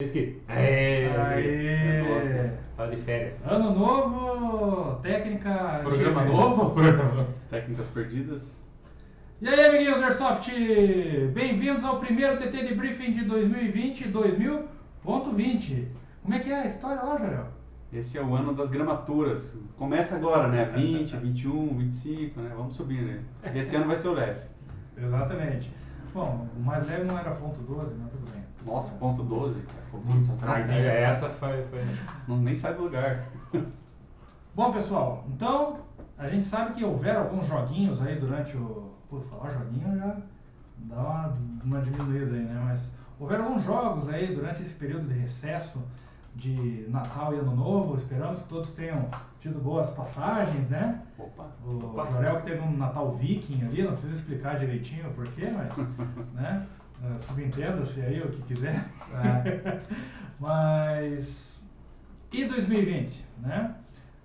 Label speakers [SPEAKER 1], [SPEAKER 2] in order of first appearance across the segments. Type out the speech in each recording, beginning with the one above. [SPEAKER 1] Diz que. É,
[SPEAKER 2] Aê. Ah,
[SPEAKER 1] Nossa, tava de férias.
[SPEAKER 2] Ano novo, técnica.
[SPEAKER 3] Programa
[SPEAKER 2] antiga.
[SPEAKER 3] novo? Programa.
[SPEAKER 4] Técnicas perdidas.
[SPEAKER 2] E aí, amiguinhos do Airsoft, bem-vindos ao primeiro TT de briefing de 2020, 2000.20. Como é que é a história lá, Jorel?
[SPEAKER 4] Esse é o ano das gramaturas. Começa agora, né? 20, 21, 25, né? Vamos subir, né? Esse ano vai ser o leve.
[SPEAKER 2] Exatamente. Bom, o mais leve não era ponto 12, mas tudo bem.
[SPEAKER 4] Nossa, ponto 12, cara. Ficou muito
[SPEAKER 3] Muito
[SPEAKER 4] atrás. É.
[SPEAKER 1] Mas
[SPEAKER 3] atrás.
[SPEAKER 1] Assim, é, essa foi. foi...
[SPEAKER 4] Não, nem sai do lugar.
[SPEAKER 2] Bom, pessoal, então a gente sabe que houveram alguns joguinhos aí durante o. Por falar joguinho já dá uma, uma diminuída aí, né? Mas houveram alguns jogos aí durante esse período de recesso de Natal e Ano Novo. Esperamos que todos tenham tido boas passagens, né?
[SPEAKER 4] Opa.
[SPEAKER 2] O Jorel que teve um Natal viking ali, não precisa explicar direitinho o porquê, mas, né? eh, Subentenda-se aí o que quiser.
[SPEAKER 4] É.
[SPEAKER 2] mas, e 2020, né?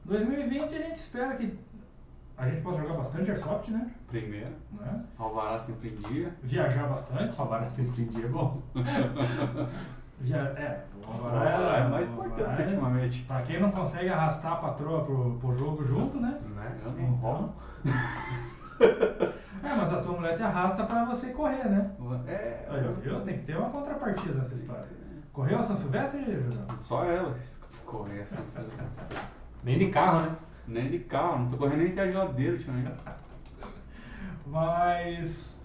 [SPEAKER 2] 2020 a gente espera que a gente possa jogar bastante Airsoft, né?
[SPEAKER 4] Primeiro.
[SPEAKER 2] né?
[SPEAKER 4] Alvará sempre em dia.
[SPEAKER 2] Viajar bastante.
[SPEAKER 1] Roubaram sempre em dia, é bom.
[SPEAKER 2] Via... É, o
[SPEAKER 4] O Alvará
[SPEAKER 2] Alvará
[SPEAKER 4] é mais
[SPEAKER 2] o
[SPEAKER 4] importante
[SPEAKER 2] Alvará é-
[SPEAKER 4] ultimamente.
[SPEAKER 2] Pra quem não consegue arrastar a patroa pro, pro jogo junto, né?
[SPEAKER 4] Né? Eu não
[SPEAKER 2] Então.
[SPEAKER 4] roubo.
[SPEAKER 2] É, mas a tua mulher te arrasta pra você correr, né?
[SPEAKER 4] É,
[SPEAKER 2] Olha, viu? Tem que ter uma contrapartida nessa história. Correu a São Silvestre, Júlio?
[SPEAKER 4] Só ela correr essa.
[SPEAKER 1] Nem de carro, né?
[SPEAKER 4] Nem de carro, não tô correndo nem até a geladeira ultimamente.
[SPEAKER 2] Mas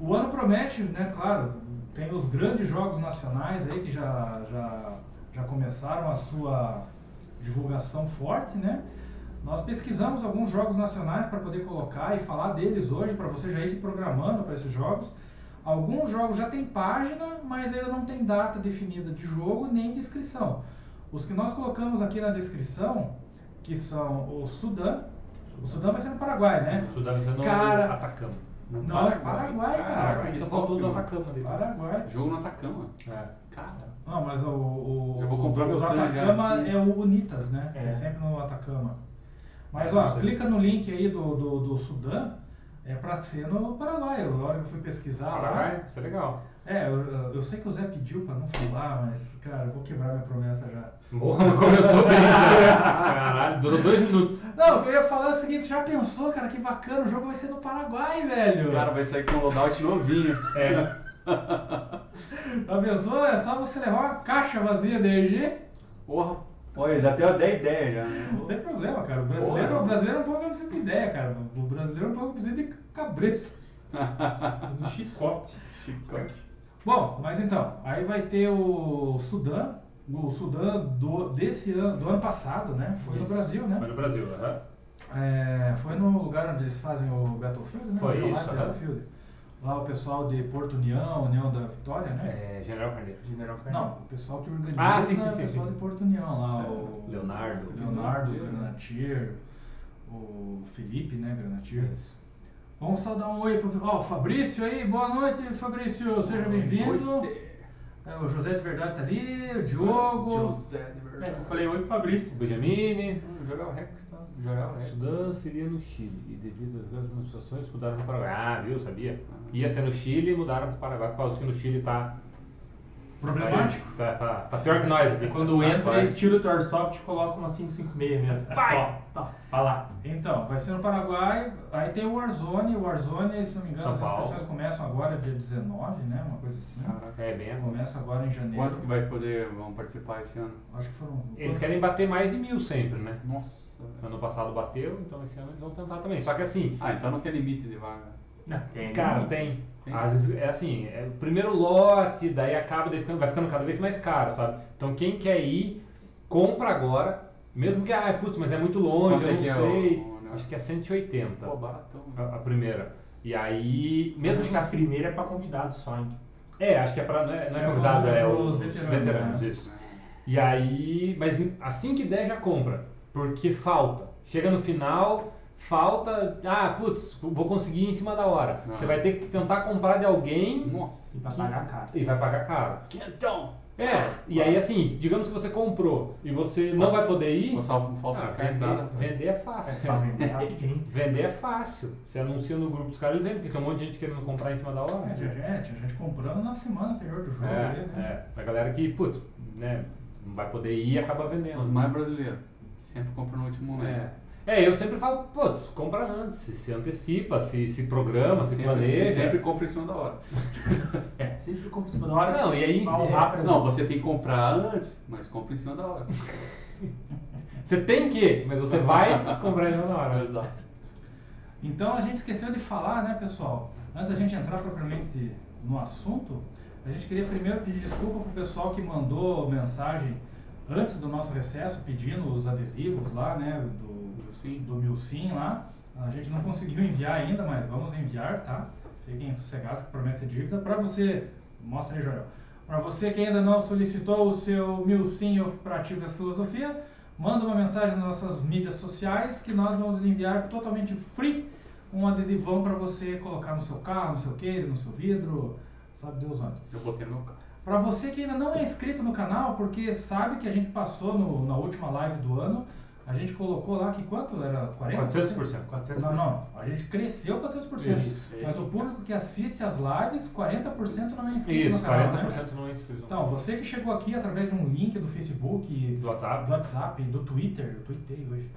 [SPEAKER 2] o ano promete, né? Claro, tem os grandes jogos nacionais aí que já, já, já começaram a sua divulgação forte, né? Nós pesquisamos alguns jogos nacionais para poder colocar e falar deles hoje, para você já ir se programando para esses jogos. Alguns jogos já tem página, mas ainda não tem data definida de jogo nem descrição. Os que nós colocamos aqui na descrição, que são o Sudã, o Sudã vai ser no Paraguai, né?
[SPEAKER 1] Sudava você não
[SPEAKER 2] Cara-
[SPEAKER 1] atacamos.
[SPEAKER 4] No
[SPEAKER 2] Não, é Paraguai, cara.
[SPEAKER 4] que
[SPEAKER 1] Então
[SPEAKER 4] top,
[SPEAKER 1] faltou do
[SPEAKER 4] mano.
[SPEAKER 1] atacama dele.
[SPEAKER 2] Paraguai.
[SPEAKER 4] Jogo no Atacama.
[SPEAKER 1] É.
[SPEAKER 4] Cara.
[SPEAKER 2] Não, mas o, o,
[SPEAKER 4] Eu vou comprar
[SPEAKER 2] o
[SPEAKER 4] meu
[SPEAKER 2] do
[SPEAKER 4] tanque,
[SPEAKER 2] Atacama
[SPEAKER 4] né?
[SPEAKER 2] é o Unitas, né? É,
[SPEAKER 1] É.
[SPEAKER 2] sempre no Atacama. Mas
[SPEAKER 1] É, não
[SPEAKER 2] ó,
[SPEAKER 1] sei.
[SPEAKER 2] clica no link aí do, do, do Sudã, é pra ser no Paraguai. Eu, na hora que eu fui pesquisar lá.
[SPEAKER 1] Paraguai, isso é legal.
[SPEAKER 2] É, eu, eu sei que o Zé pediu pra não falar, mas, cara, eu vou quebrar minha promessa já.
[SPEAKER 1] Morra, começou bem. Caralho, durou dois minutos.
[SPEAKER 2] Não, o que eu ia falar é o seguinte, já pensou, cara, que bacana, o jogo vai ser no Paraguai, velho.
[SPEAKER 4] Cara, vai sair com um loadout novinho.
[SPEAKER 1] É.
[SPEAKER 2] Já pensou? É só você levar uma caixa vazia de EG.
[SPEAKER 4] Porra. Olha, já tenho até ideia já. né?
[SPEAKER 2] Não tem problema, cara. O brasileiro,
[SPEAKER 4] Porra.
[SPEAKER 2] o brasileiro é um pouco que precisa de ideia, cara. O brasileiro é um pouco que precisa de cabresta.
[SPEAKER 1] Do chicote.
[SPEAKER 4] Chicote.
[SPEAKER 2] Bom, mas então, aí vai ter o Sudã. O Sudã do, desse ano, do ano passado, né? Foi no
[SPEAKER 1] Isso.
[SPEAKER 2] Brasil,
[SPEAKER 1] Foi
[SPEAKER 2] né?
[SPEAKER 1] no Brasil, aham.
[SPEAKER 2] É, foi no lugar onde eles fazem o Battlefield, né?
[SPEAKER 1] Foi
[SPEAKER 2] Lá,
[SPEAKER 1] isso, aham.
[SPEAKER 2] Battlefield. Lá o pessoal de Porto União, União da Vitória, né?
[SPEAKER 1] É, General Carneiro. General
[SPEAKER 2] Não, o pessoal que organiza é
[SPEAKER 1] Ah, sim, sim,
[SPEAKER 2] o
[SPEAKER 1] sim,
[SPEAKER 2] pessoal
[SPEAKER 1] sim.
[SPEAKER 2] de Porto União lá.
[SPEAKER 4] Certo.
[SPEAKER 2] O
[SPEAKER 1] Leonardo. né?
[SPEAKER 2] Leonardo,
[SPEAKER 4] Leonardo.
[SPEAKER 2] Granatier, o Felipe, né, Granatier. Vamos só dar um oi pro ó, o Fabrício aí, boa noite, Fabrício, seja bem-vindo. É, o José de Verdade tá ali, o Diogo.
[SPEAKER 4] José de
[SPEAKER 1] É, eu
[SPEAKER 4] verdade.
[SPEAKER 1] falei oi pro Fabrício. Benjamine.
[SPEAKER 4] Jogar o Rex, tá? Jogar o Rex.
[SPEAKER 1] Sudã seria no Chile e devido às grandes manifestações mudaram para o Paraguai. Ah, viu? Sabia? Ia ser no Chile e mudaram para o Paraguai por causa que no Chile tá.
[SPEAKER 2] Problemático.
[SPEAKER 1] Tá, tá, tá pior que nós aqui.
[SPEAKER 3] E É, quando
[SPEAKER 1] Tá É
[SPEAKER 3] entra,
[SPEAKER 1] pior.
[SPEAKER 3] eles tiram o teu airsoft e colocam uma 556 mesmo.
[SPEAKER 1] Vai!
[SPEAKER 3] Tó, Tá, vai lá.
[SPEAKER 2] Então, vai ser no Paraguai, aí tem o Warzone, o Warzone, se não me engano,
[SPEAKER 1] São
[SPEAKER 2] as
[SPEAKER 1] Paulo.
[SPEAKER 2] inscrições começam agora dia 19, né? Uma coisa assim.
[SPEAKER 4] Ah,
[SPEAKER 1] É, bem agora.
[SPEAKER 2] Começa agora em janeiro.
[SPEAKER 4] Quantos que vai poder vão participar esse ano?
[SPEAKER 2] Acho que foram.
[SPEAKER 1] Eles querem bater mais de mil sempre, né?
[SPEAKER 4] Nossa.
[SPEAKER 1] Ano passado bateu, então esse ano eles vão tentar também. Só que assim,
[SPEAKER 4] Ah, então não tem limite de vaga.
[SPEAKER 3] Não, tem-
[SPEAKER 1] Cara, tem.
[SPEAKER 4] Tem.
[SPEAKER 1] Às vezes, é assim, é o primeiro lote, daí acaba, daí ficando- vai ficando cada vez mais caro, sabe? Então quem quer ir, compra agora, mesmo que, ah, putz, mas é muito longe,
[SPEAKER 4] Quanto
[SPEAKER 1] eu
[SPEAKER 4] é
[SPEAKER 1] não
[SPEAKER 4] que é
[SPEAKER 1] sei.
[SPEAKER 4] o- o negócio?
[SPEAKER 1] Acho que é 180,
[SPEAKER 4] Pô, baratão.
[SPEAKER 1] a, a primeira. E aí, mesmo
[SPEAKER 3] Mesmo que a
[SPEAKER 1] que...
[SPEAKER 3] primeira é pra convidados só, hein?
[SPEAKER 1] É, acho que é pra, não é, não é
[SPEAKER 2] É,
[SPEAKER 1] convidado,
[SPEAKER 2] os-
[SPEAKER 1] é
[SPEAKER 2] os
[SPEAKER 1] os
[SPEAKER 2] veteranos,
[SPEAKER 1] veteranos,
[SPEAKER 2] né?
[SPEAKER 1] isso.
[SPEAKER 4] É.
[SPEAKER 1] E aí, mas assim que der já compra, porque falta. Chega no final, falta, ah, putz, vou conseguir em cima da hora.
[SPEAKER 4] Não.
[SPEAKER 1] Você vai ter que tentar comprar de alguém...
[SPEAKER 4] Ah. Nossa. Então.
[SPEAKER 3] E pra pagar caro.
[SPEAKER 1] E vai pagar caro.
[SPEAKER 4] Quentão.
[SPEAKER 1] É, e aí assim, digamos que você comprou e você não
[SPEAKER 4] Nossa.
[SPEAKER 1] vai poder ir,
[SPEAKER 4] Vou salvar um falso
[SPEAKER 1] ah,
[SPEAKER 4] inferno, nada.
[SPEAKER 1] vender, vender é fácil.
[SPEAKER 3] Pra vender rapidinho.
[SPEAKER 1] Vender é fácil. Você anuncia no grupo dos caras, eles entram, porque tem um monte de gente querendo comprar em cima da hora. né?
[SPEAKER 2] É, tinha gente, tinha gente comprando na semana anterior do jogo ali,
[SPEAKER 1] É,
[SPEAKER 2] né?
[SPEAKER 1] é. Pra galera que, putz, né, não vai poder ir e acaba vendendo.
[SPEAKER 4] Os mais brasileiros, que sempre compram no último momento.
[SPEAKER 1] É. É, eu sempre falo, putz, compra antes, se, se antecipa, se, se programa, se
[SPEAKER 4] Sempre-
[SPEAKER 1] planeja.
[SPEAKER 4] Sempre compra em cima da hora.
[SPEAKER 3] É, sempre compra em cima da hora.
[SPEAKER 1] Não, e aí é,
[SPEAKER 3] pau
[SPEAKER 1] se-
[SPEAKER 3] rápido,
[SPEAKER 4] Não,
[SPEAKER 3] assim.
[SPEAKER 4] você tem que comprar antes, mas compra em cima da hora.
[SPEAKER 1] Você tem que, mas você vai comprar ainda na hora.
[SPEAKER 4] Exato.
[SPEAKER 2] Então a gente esqueceu de falar, né, pessoal? Antes da gente entrar propriamente no assunto, a gente queria primeiro pedir desculpa pro pessoal que mandou mensagem antes do nosso recesso pedindo os adesivos lá, né, do,
[SPEAKER 4] Sim.
[SPEAKER 2] do Milsim lá. A gente não conseguiu enviar ainda, mas vamos enviar, tá? Fiquem sossegados que promete ser dívida. Para você, mostra aí, Jorel. Para você que ainda não solicitou o seu Milsim ou Pratico dessa Filosofia, manda uma mensagem nas nossas mídias sociais que nós vamos lhe enviar totalmente free um adesivão para você colocar no seu carro, no seu case, no seu vidro, sabe Deus onde.
[SPEAKER 4] Eu botei no meu carro.
[SPEAKER 2] Para você que ainda não é inscrito no canal, porque sabe que a gente passou no- na última live do ano, a gente colocou lá que quanto era? 40%?
[SPEAKER 1] 400%.
[SPEAKER 3] 400%.
[SPEAKER 2] Não, não. A gente cresceu 400%.
[SPEAKER 4] Isso.
[SPEAKER 2] Mas o público que assiste as lives, 40% não é inscrito
[SPEAKER 1] Isso,
[SPEAKER 2] no canal, né?
[SPEAKER 1] 40% não é inscrição.
[SPEAKER 2] Então, você que chegou aqui através de um link do Facebook,
[SPEAKER 1] do WhatsApp.
[SPEAKER 2] Ah, do WhatsApp, do Twitter, eu tuitei hoje,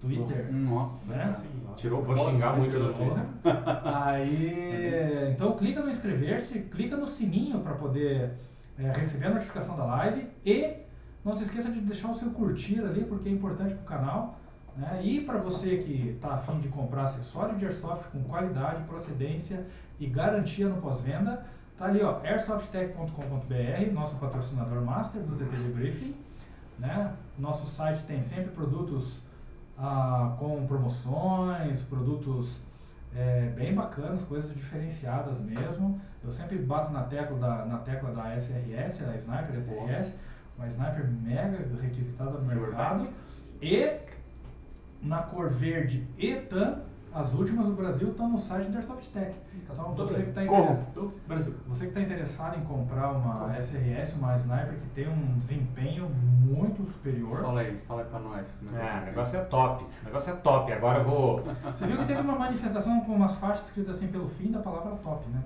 [SPEAKER 2] Twitter,
[SPEAKER 4] Nossa.
[SPEAKER 2] né?
[SPEAKER 4] Tirou
[SPEAKER 1] Vou
[SPEAKER 4] foto,
[SPEAKER 1] xingar muito
[SPEAKER 4] tirou
[SPEAKER 1] no Twitter.
[SPEAKER 2] Aí, então clica no inscrever-se, clica no sininho para poder é, receber a notificação da live e não se esqueça de deixar o seu curtir ali porque é importante para o canal. né? E para você que está afim de comprar acessório de airsoft com qualidade, procedência e garantia no pós-venda, tá ali ó, airsofttech.com.br, nosso patrocinador master do TT de Briefing. Né? Nosso site tem sempre produtos ah, com promoções, produtos é, bem bacanas, coisas diferenciadas mesmo. Eu sempre bato na tecla da, na tecla da SRS, da Sniper SRS, uma Sniper mega requisitada no
[SPEAKER 4] Silverback.
[SPEAKER 2] mercado. E na cor verde e tan, as últimas do Brasil estão no site da Airsoft Tech. Então
[SPEAKER 1] Do
[SPEAKER 2] você que está interessado.
[SPEAKER 4] Corro.
[SPEAKER 3] Brasil.
[SPEAKER 2] Você que está interessado em comprar uma SRS, uma Sniper que tem um desempenho muito superior,
[SPEAKER 4] Fala aí, fala aí pra nós. como que
[SPEAKER 1] Ah,
[SPEAKER 4] você
[SPEAKER 1] o negócio é top. O negócio é top. Agora eu vou.
[SPEAKER 2] Você viu que teve uma manifestação com umas faixas escritas assim pelo fim da palavra top, né,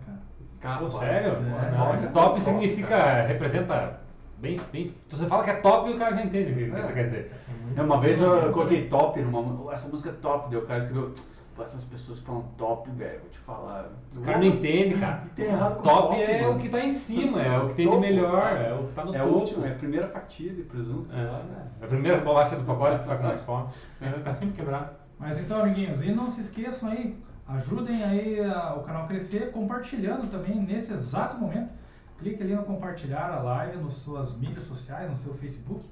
[SPEAKER 2] cara?
[SPEAKER 1] Pô,
[SPEAKER 4] Capaz.
[SPEAKER 1] sério?
[SPEAKER 2] É,
[SPEAKER 1] Não,
[SPEAKER 2] é.
[SPEAKER 1] mas top significa. é. representa. Bem, bem. Se você fala que é top, o cara já entende o que
[SPEAKER 2] É.
[SPEAKER 1] você quer dizer.
[SPEAKER 4] É, uma vez eu coloquei top numa. "Oh, Essa música é top, deu o cara escreveu. "Pô, Essas pessoas que falam top, velho, vou te falar.
[SPEAKER 1] O cara não entende, cara.
[SPEAKER 4] O que tem errado com
[SPEAKER 1] Top é
[SPEAKER 4] mano?
[SPEAKER 1] o que tá em cima, é o que tem de
[SPEAKER 4] Topo,
[SPEAKER 1] melhor,
[SPEAKER 4] cara.
[SPEAKER 1] é o que tá no
[SPEAKER 4] É o
[SPEAKER 1] topo.
[SPEAKER 4] último, é a primeira fatia de presunto, sei lá, né?
[SPEAKER 1] É a primeira bolacha do pacote que você tá com mais fome.
[SPEAKER 3] É, Tá sempre quebrado.
[SPEAKER 2] Mas então, amiguinhos, e não se esqueçam aí, ajudem aí a- o canal a crescer compartilhando também nesse exato momento. Clique ali no compartilhar a live nas suas mídias sociais, no seu Facebook.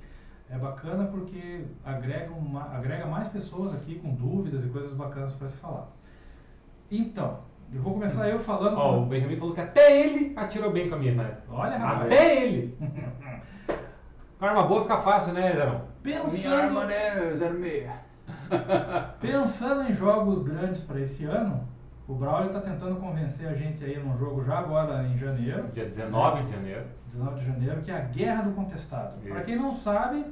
[SPEAKER 2] É bacana porque agrega, uma- agrega mais pessoas aqui com dúvidas e coisas bacanas para se falar. Então, eu vou começar eu falando.
[SPEAKER 1] Ó, o Benjamin falou que até ele atirou bem com a minha, né?
[SPEAKER 2] Olha, rapaz.
[SPEAKER 1] Até ele! Com arma boa fica fácil, né, Zerão?
[SPEAKER 4] Minha
[SPEAKER 2] Pensando,
[SPEAKER 4] arma, né? 06.
[SPEAKER 2] Pensando em jogos grandes para esse ano, o Braulio está tentando convencer a gente aí num jogo já agora em janeiro,
[SPEAKER 1] Dia 19 de janeiro.
[SPEAKER 2] 19 de janeiro, que é a Guerra do Contestado.
[SPEAKER 1] Isso.
[SPEAKER 2] Para quem não sabe,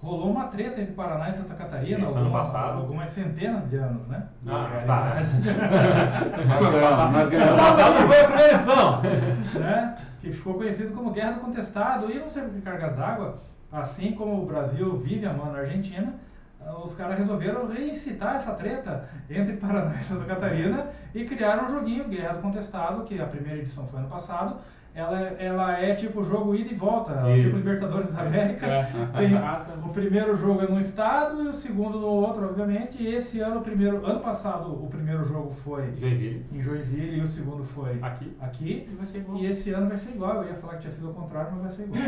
[SPEAKER 2] rolou uma treta entre Paraná e Santa Catarina
[SPEAKER 1] Isso, ano passado.
[SPEAKER 2] algumas centenas de anos, né?
[SPEAKER 1] Ah,
[SPEAKER 2] Na
[SPEAKER 1] tá.
[SPEAKER 4] Nós
[SPEAKER 1] Não,
[SPEAKER 4] ganhamos.
[SPEAKER 1] não, foi a primeira edição.
[SPEAKER 2] né? Que ficou conhecido como Guerra do Contestado e não serve de cargas d'água, assim como o Brasil vive amando a Argentina, ah, os caras resolveram reincitar essa treta entre Paraná e Santa Catarina e criaram um joguinho Guerra do Contestado, que a primeira edição foi ano passado. Ela, ela é tipo jogo ida e volta,
[SPEAKER 1] Isso.
[SPEAKER 2] tipo Libertadores da América.
[SPEAKER 3] É.
[SPEAKER 2] Tem-
[SPEAKER 3] Passa.
[SPEAKER 2] o primeiro jogo é num estado e o segundo no outro, obviamente. E esse ano, o primeiro, ano passado, o primeiro jogo foi
[SPEAKER 1] Joinville.
[SPEAKER 2] em Joinville e o segundo foi
[SPEAKER 3] Aqui.
[SPEAKER 2] aqui.
[SPEAKER 3] E vai ser igual.
[SPEAKER 2] E esse ano vai ser igual, eu ia falar que tinha sido ao contrário, mas vai ser igual.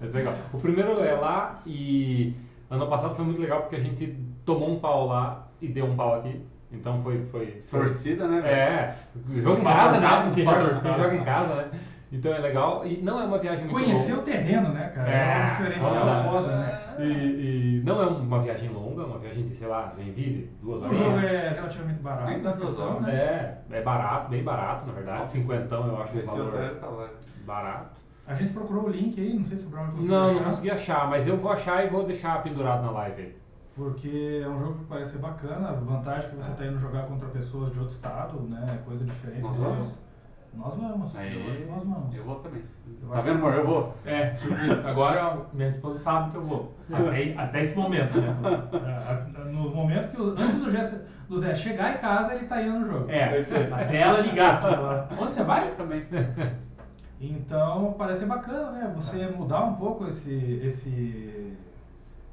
[SPEAKER 1] Mas legal. O primeiro é lá e ano passado foi muito legal porque a gente tomou um pau lá e deu um pau aqui. Então foi. foi, foi
[SPEAKER 4] Torcida, né? velho?
[SPEAKER 1] é, jogo em casa, né? Quem joga, quem joga em casa, né? Então é legal. E não é uma viagem muito
[SPEAKER 2] Conhecer
[SPEAKER 1] longa.
[SPEAKER 2] o terreno, né, cara?
[SPEAKER 1] É,
[SPEAKER 2] É um diferencial
[SPEAKER 1] verdade.
[SPEAKER 2] foda, né?
[SPEAKER 1] E, e não é uma viagem longa, é uma viagem de, sei lá, Joinville, duas
[SPEAKER 2] O
[SPEAKER 1] horas.
[SPEAKER 2] jogo é relativamente barato,
[SPEAKER 4] Nem
[SPEAKER 2] dá
[SPEAKER 4] duas
[SPEAKER 2] atenção,
[SPEAKER 4] horas,
[SPEAKER 2] né?
[SPEAKER 1] É, é barato, bem barato, na verdade.
[SPEAKER 4] Nossa,
[SPEAKER 1] Cinquentão eu acho o
[SPEAKER 4] Desceu é o
[SPEAKER 1] valor
[SPEAKER 4] zero, tá lá.
[SPEAKER 1] barato.
[SPEAKER 2] A gente procurou o link aí, não sei se o Brown conseguiu
[SPEAKER 1] Não, não
[SPEAKER 2] achar,
[SPEAKER 1] consegui achar, mas eu vou achar e vou deixar pendurado na live aí.
[SPEAKER 2] Porque é um jogo que parece ser bacana, a vantagem é que você tá indo jogar contra pessoas de outro estado, né? Coisa diferente.
[SPEAKER 4] Nós
[SPEAKER 2] às vezes.
[SPEAKER 4] vamos?
[SPEAKER 2] Nós vamos, eu acho que nós vamos.
[SPEAKER 4] Eu vou também.
[SPEAKER 2] Eu
[SPEAKER 4] tá
[SPEAKER 2] acho
[SPEAKER 4] vendo,
[SPEAKER 2] que-
[SPEAKER 4] amor? Eu vou.
[SPEAKER 3] É, tipo isso. Agora minha esposa sabe que eu vou. Até, até esse momento, né?
[SPEAKER 2] É, a- No momento que o, antes do Zé, do Zé chegar em casa, ele tá indo no jogo.
[SPEAKER 3] É, até ela ligar. assim, ela, Onde você vai?
[SPEAKER 4] Eu também.
[SPEAKER 2] Então parece ser bacana, né? Você mudar um pouco esse, esse,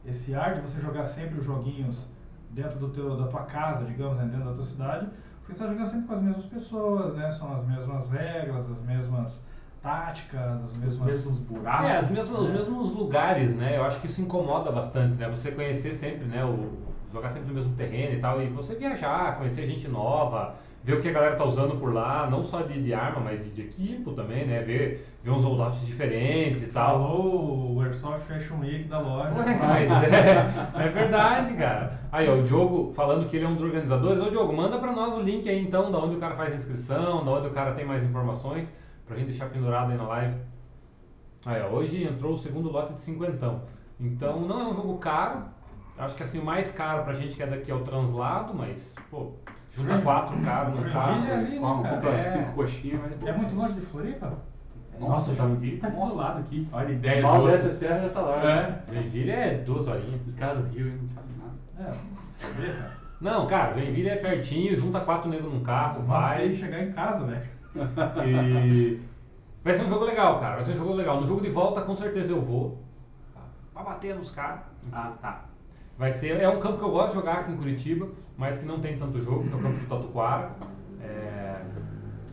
[SPEAKER 2] esse ar de você jogar sempre os joguinhos dentro do teu, da tua casa, digamos, né? dentro da tua cidade, porque você está jogando sempre com as mesmas pessoas, né? São as mesmas regras, as mesmas táticas, as
[SPEAKER 3] Os
[SPEAKER 2] mesmas.
[SPEAKER 3] mesmos buracos.
[SPEAKER 1] É, as mesmas- os
[SPEAKER 3] né?
[SPEAKER 1] mesmos lugares, né? Eu acho que isso incomoda bastante, né? Você conhecer sempre, né? O, jogar sempre no mesmo terreno e tal, e você viajar, conhecer gente nova, ver o que a galera tá usando por lá, não só de, de arma, mas de, de equipo também, né? Ver, ver uns holdouts diferentes e tal.
[SPEAKER 2] Falou o Airsoft Fashion Week um da loja.
[SPEAKER 1] Ué, Mas é, é verdade, cara. Aí, ó, o Diogo falando que ele é um dos organizadores. Ô, Diogo, manda pra nós o link aí então, da onde o cara faz a inscrição, da onde o cara tem mais informações, pra gente deixar pendurado aí na live. Aí, ó, hoje entrou o segundo lote de cinquentão. Então, não é um jogo caro. Acho que assim, o mais caro pra gente que é daqui é o translado, mas, pô, junta
[SPEAKER 2] Joinville.
[SPEAKER 1] quatro caras no carro.
[SPEAKER 2] Joinville é ali, né,
[SPEAKER 4] Vamos
[SPEAKER 2] cara?
[SPEAKER 4] comprar
[SPEAKER 1] É.
[SPEAKER 4] cinco coxinhas. Mas...
[SPEAKER 2] É muito longe de Floripa?
[SPEAKER 3] Nossa, Joinville tá aqui
[SPEAKER 4] Nossa.
[SPEAKER 3] do lado aqui. Olha a ideia do
[SPEAKER 4] Mal
[SPEAKER 3] outro.
[SPEAKER 4] dessa serra já tá lá. né?
[SPEAKER 1] É, Joinville é duas horinhas.
[SPEAKER 4] Os caras do Rio, hein, não sabem nada.
[SPEAKER 2] É, sabia, cara.
[SPEAKER 1] Não, cara, Joinville é pertinho, junta quatro negros num carro, vai.
[SPEAKER 2] Vai chegar em casa, velho.
[SPEAKER 1] E vai ser um jogo legal, cara. Vai ser um jogo legal. No jogo de volta, com certeza eu vou. tá? Pra bater nos caras.
[SPEAKER 3] Ah, tá.
[SPEAKER 1] Vai ser, é um campo que eu gosto de jogar aqui em Curitiba, mas que não tem tanto jogo, que é o campo do Tatuquara. É...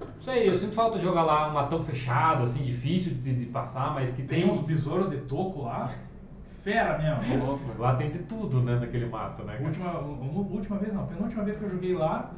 [SPEAKER 1] Não sei, eu sinto falta de jogar lá um matão fechado, assim, difícil de, de passar, mas que tem...
[SPEAKER 2] Tem uns besouros de toco lá. Fera mesmo.
[SPEAKER 1] Lá tem de tudo, né, naquele mato, né?
[SPEAKER 2] A
[SPEAKER 1] cara?
[SPEAKER 2] Última, u- u- última vez, não, a penúltima vez que eu joguei lá,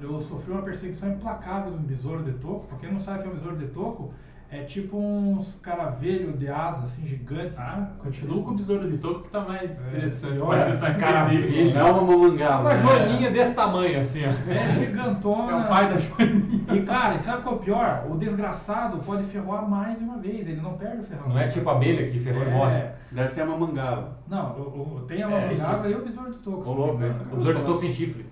[SPEAKER 2] eu sofri uma perseguição implacável de um besouro de toco. Pra quem não sabe o que é um besouro de toco, é tipo uns caravelho de asa, assim, gigante.
[SPEAKER 3] Ah, continua com o besouro de topo que tá mais
[SPEAKER 2] É.
[SPEAKER 3] interessante.
[SPEAKER 2] Olha,
[SPEAKER 3] Olha essa
[SPEAKER 2] que
[SPEAKER 3] cara
[SPEAKER 2] delícia.
[SPEAKER 3] dele.
[SPEAKER 4] Não é uma mamangala.
[SPEAKER 1] Uma
[SPEAKER 4] né?
[SPEAKER 1] joaninha desse tamanho, assim, ó.
[SPEAKER 2] É gigantona.
[SPEAKER 3] É o pai da Joaninha.
[SPEAKER 2] E cara, e sabe qual é o pior? O desgraçado pode ferroar mais de uma vez, ele não perde o ferramenta.
[SPEAKER 1] Não é tipo abelha que ferrou e morre.
[SPEAKER 4] Deve ser a mamangala.
[SPEAKER 2] Não, o- o- tem a
[SPEAKER 3] É,
[SPEAKER 2] mamangava e o besouro de toco.
[SPEAKER 4] Ô,
[SPEAKER 2] se não me
[SPEAKER 4] louco,
[SPEAKER 2] engano.
[SPEAKER 4] esse-
[SPEAKER 1] é O besouro de toco tem chifre.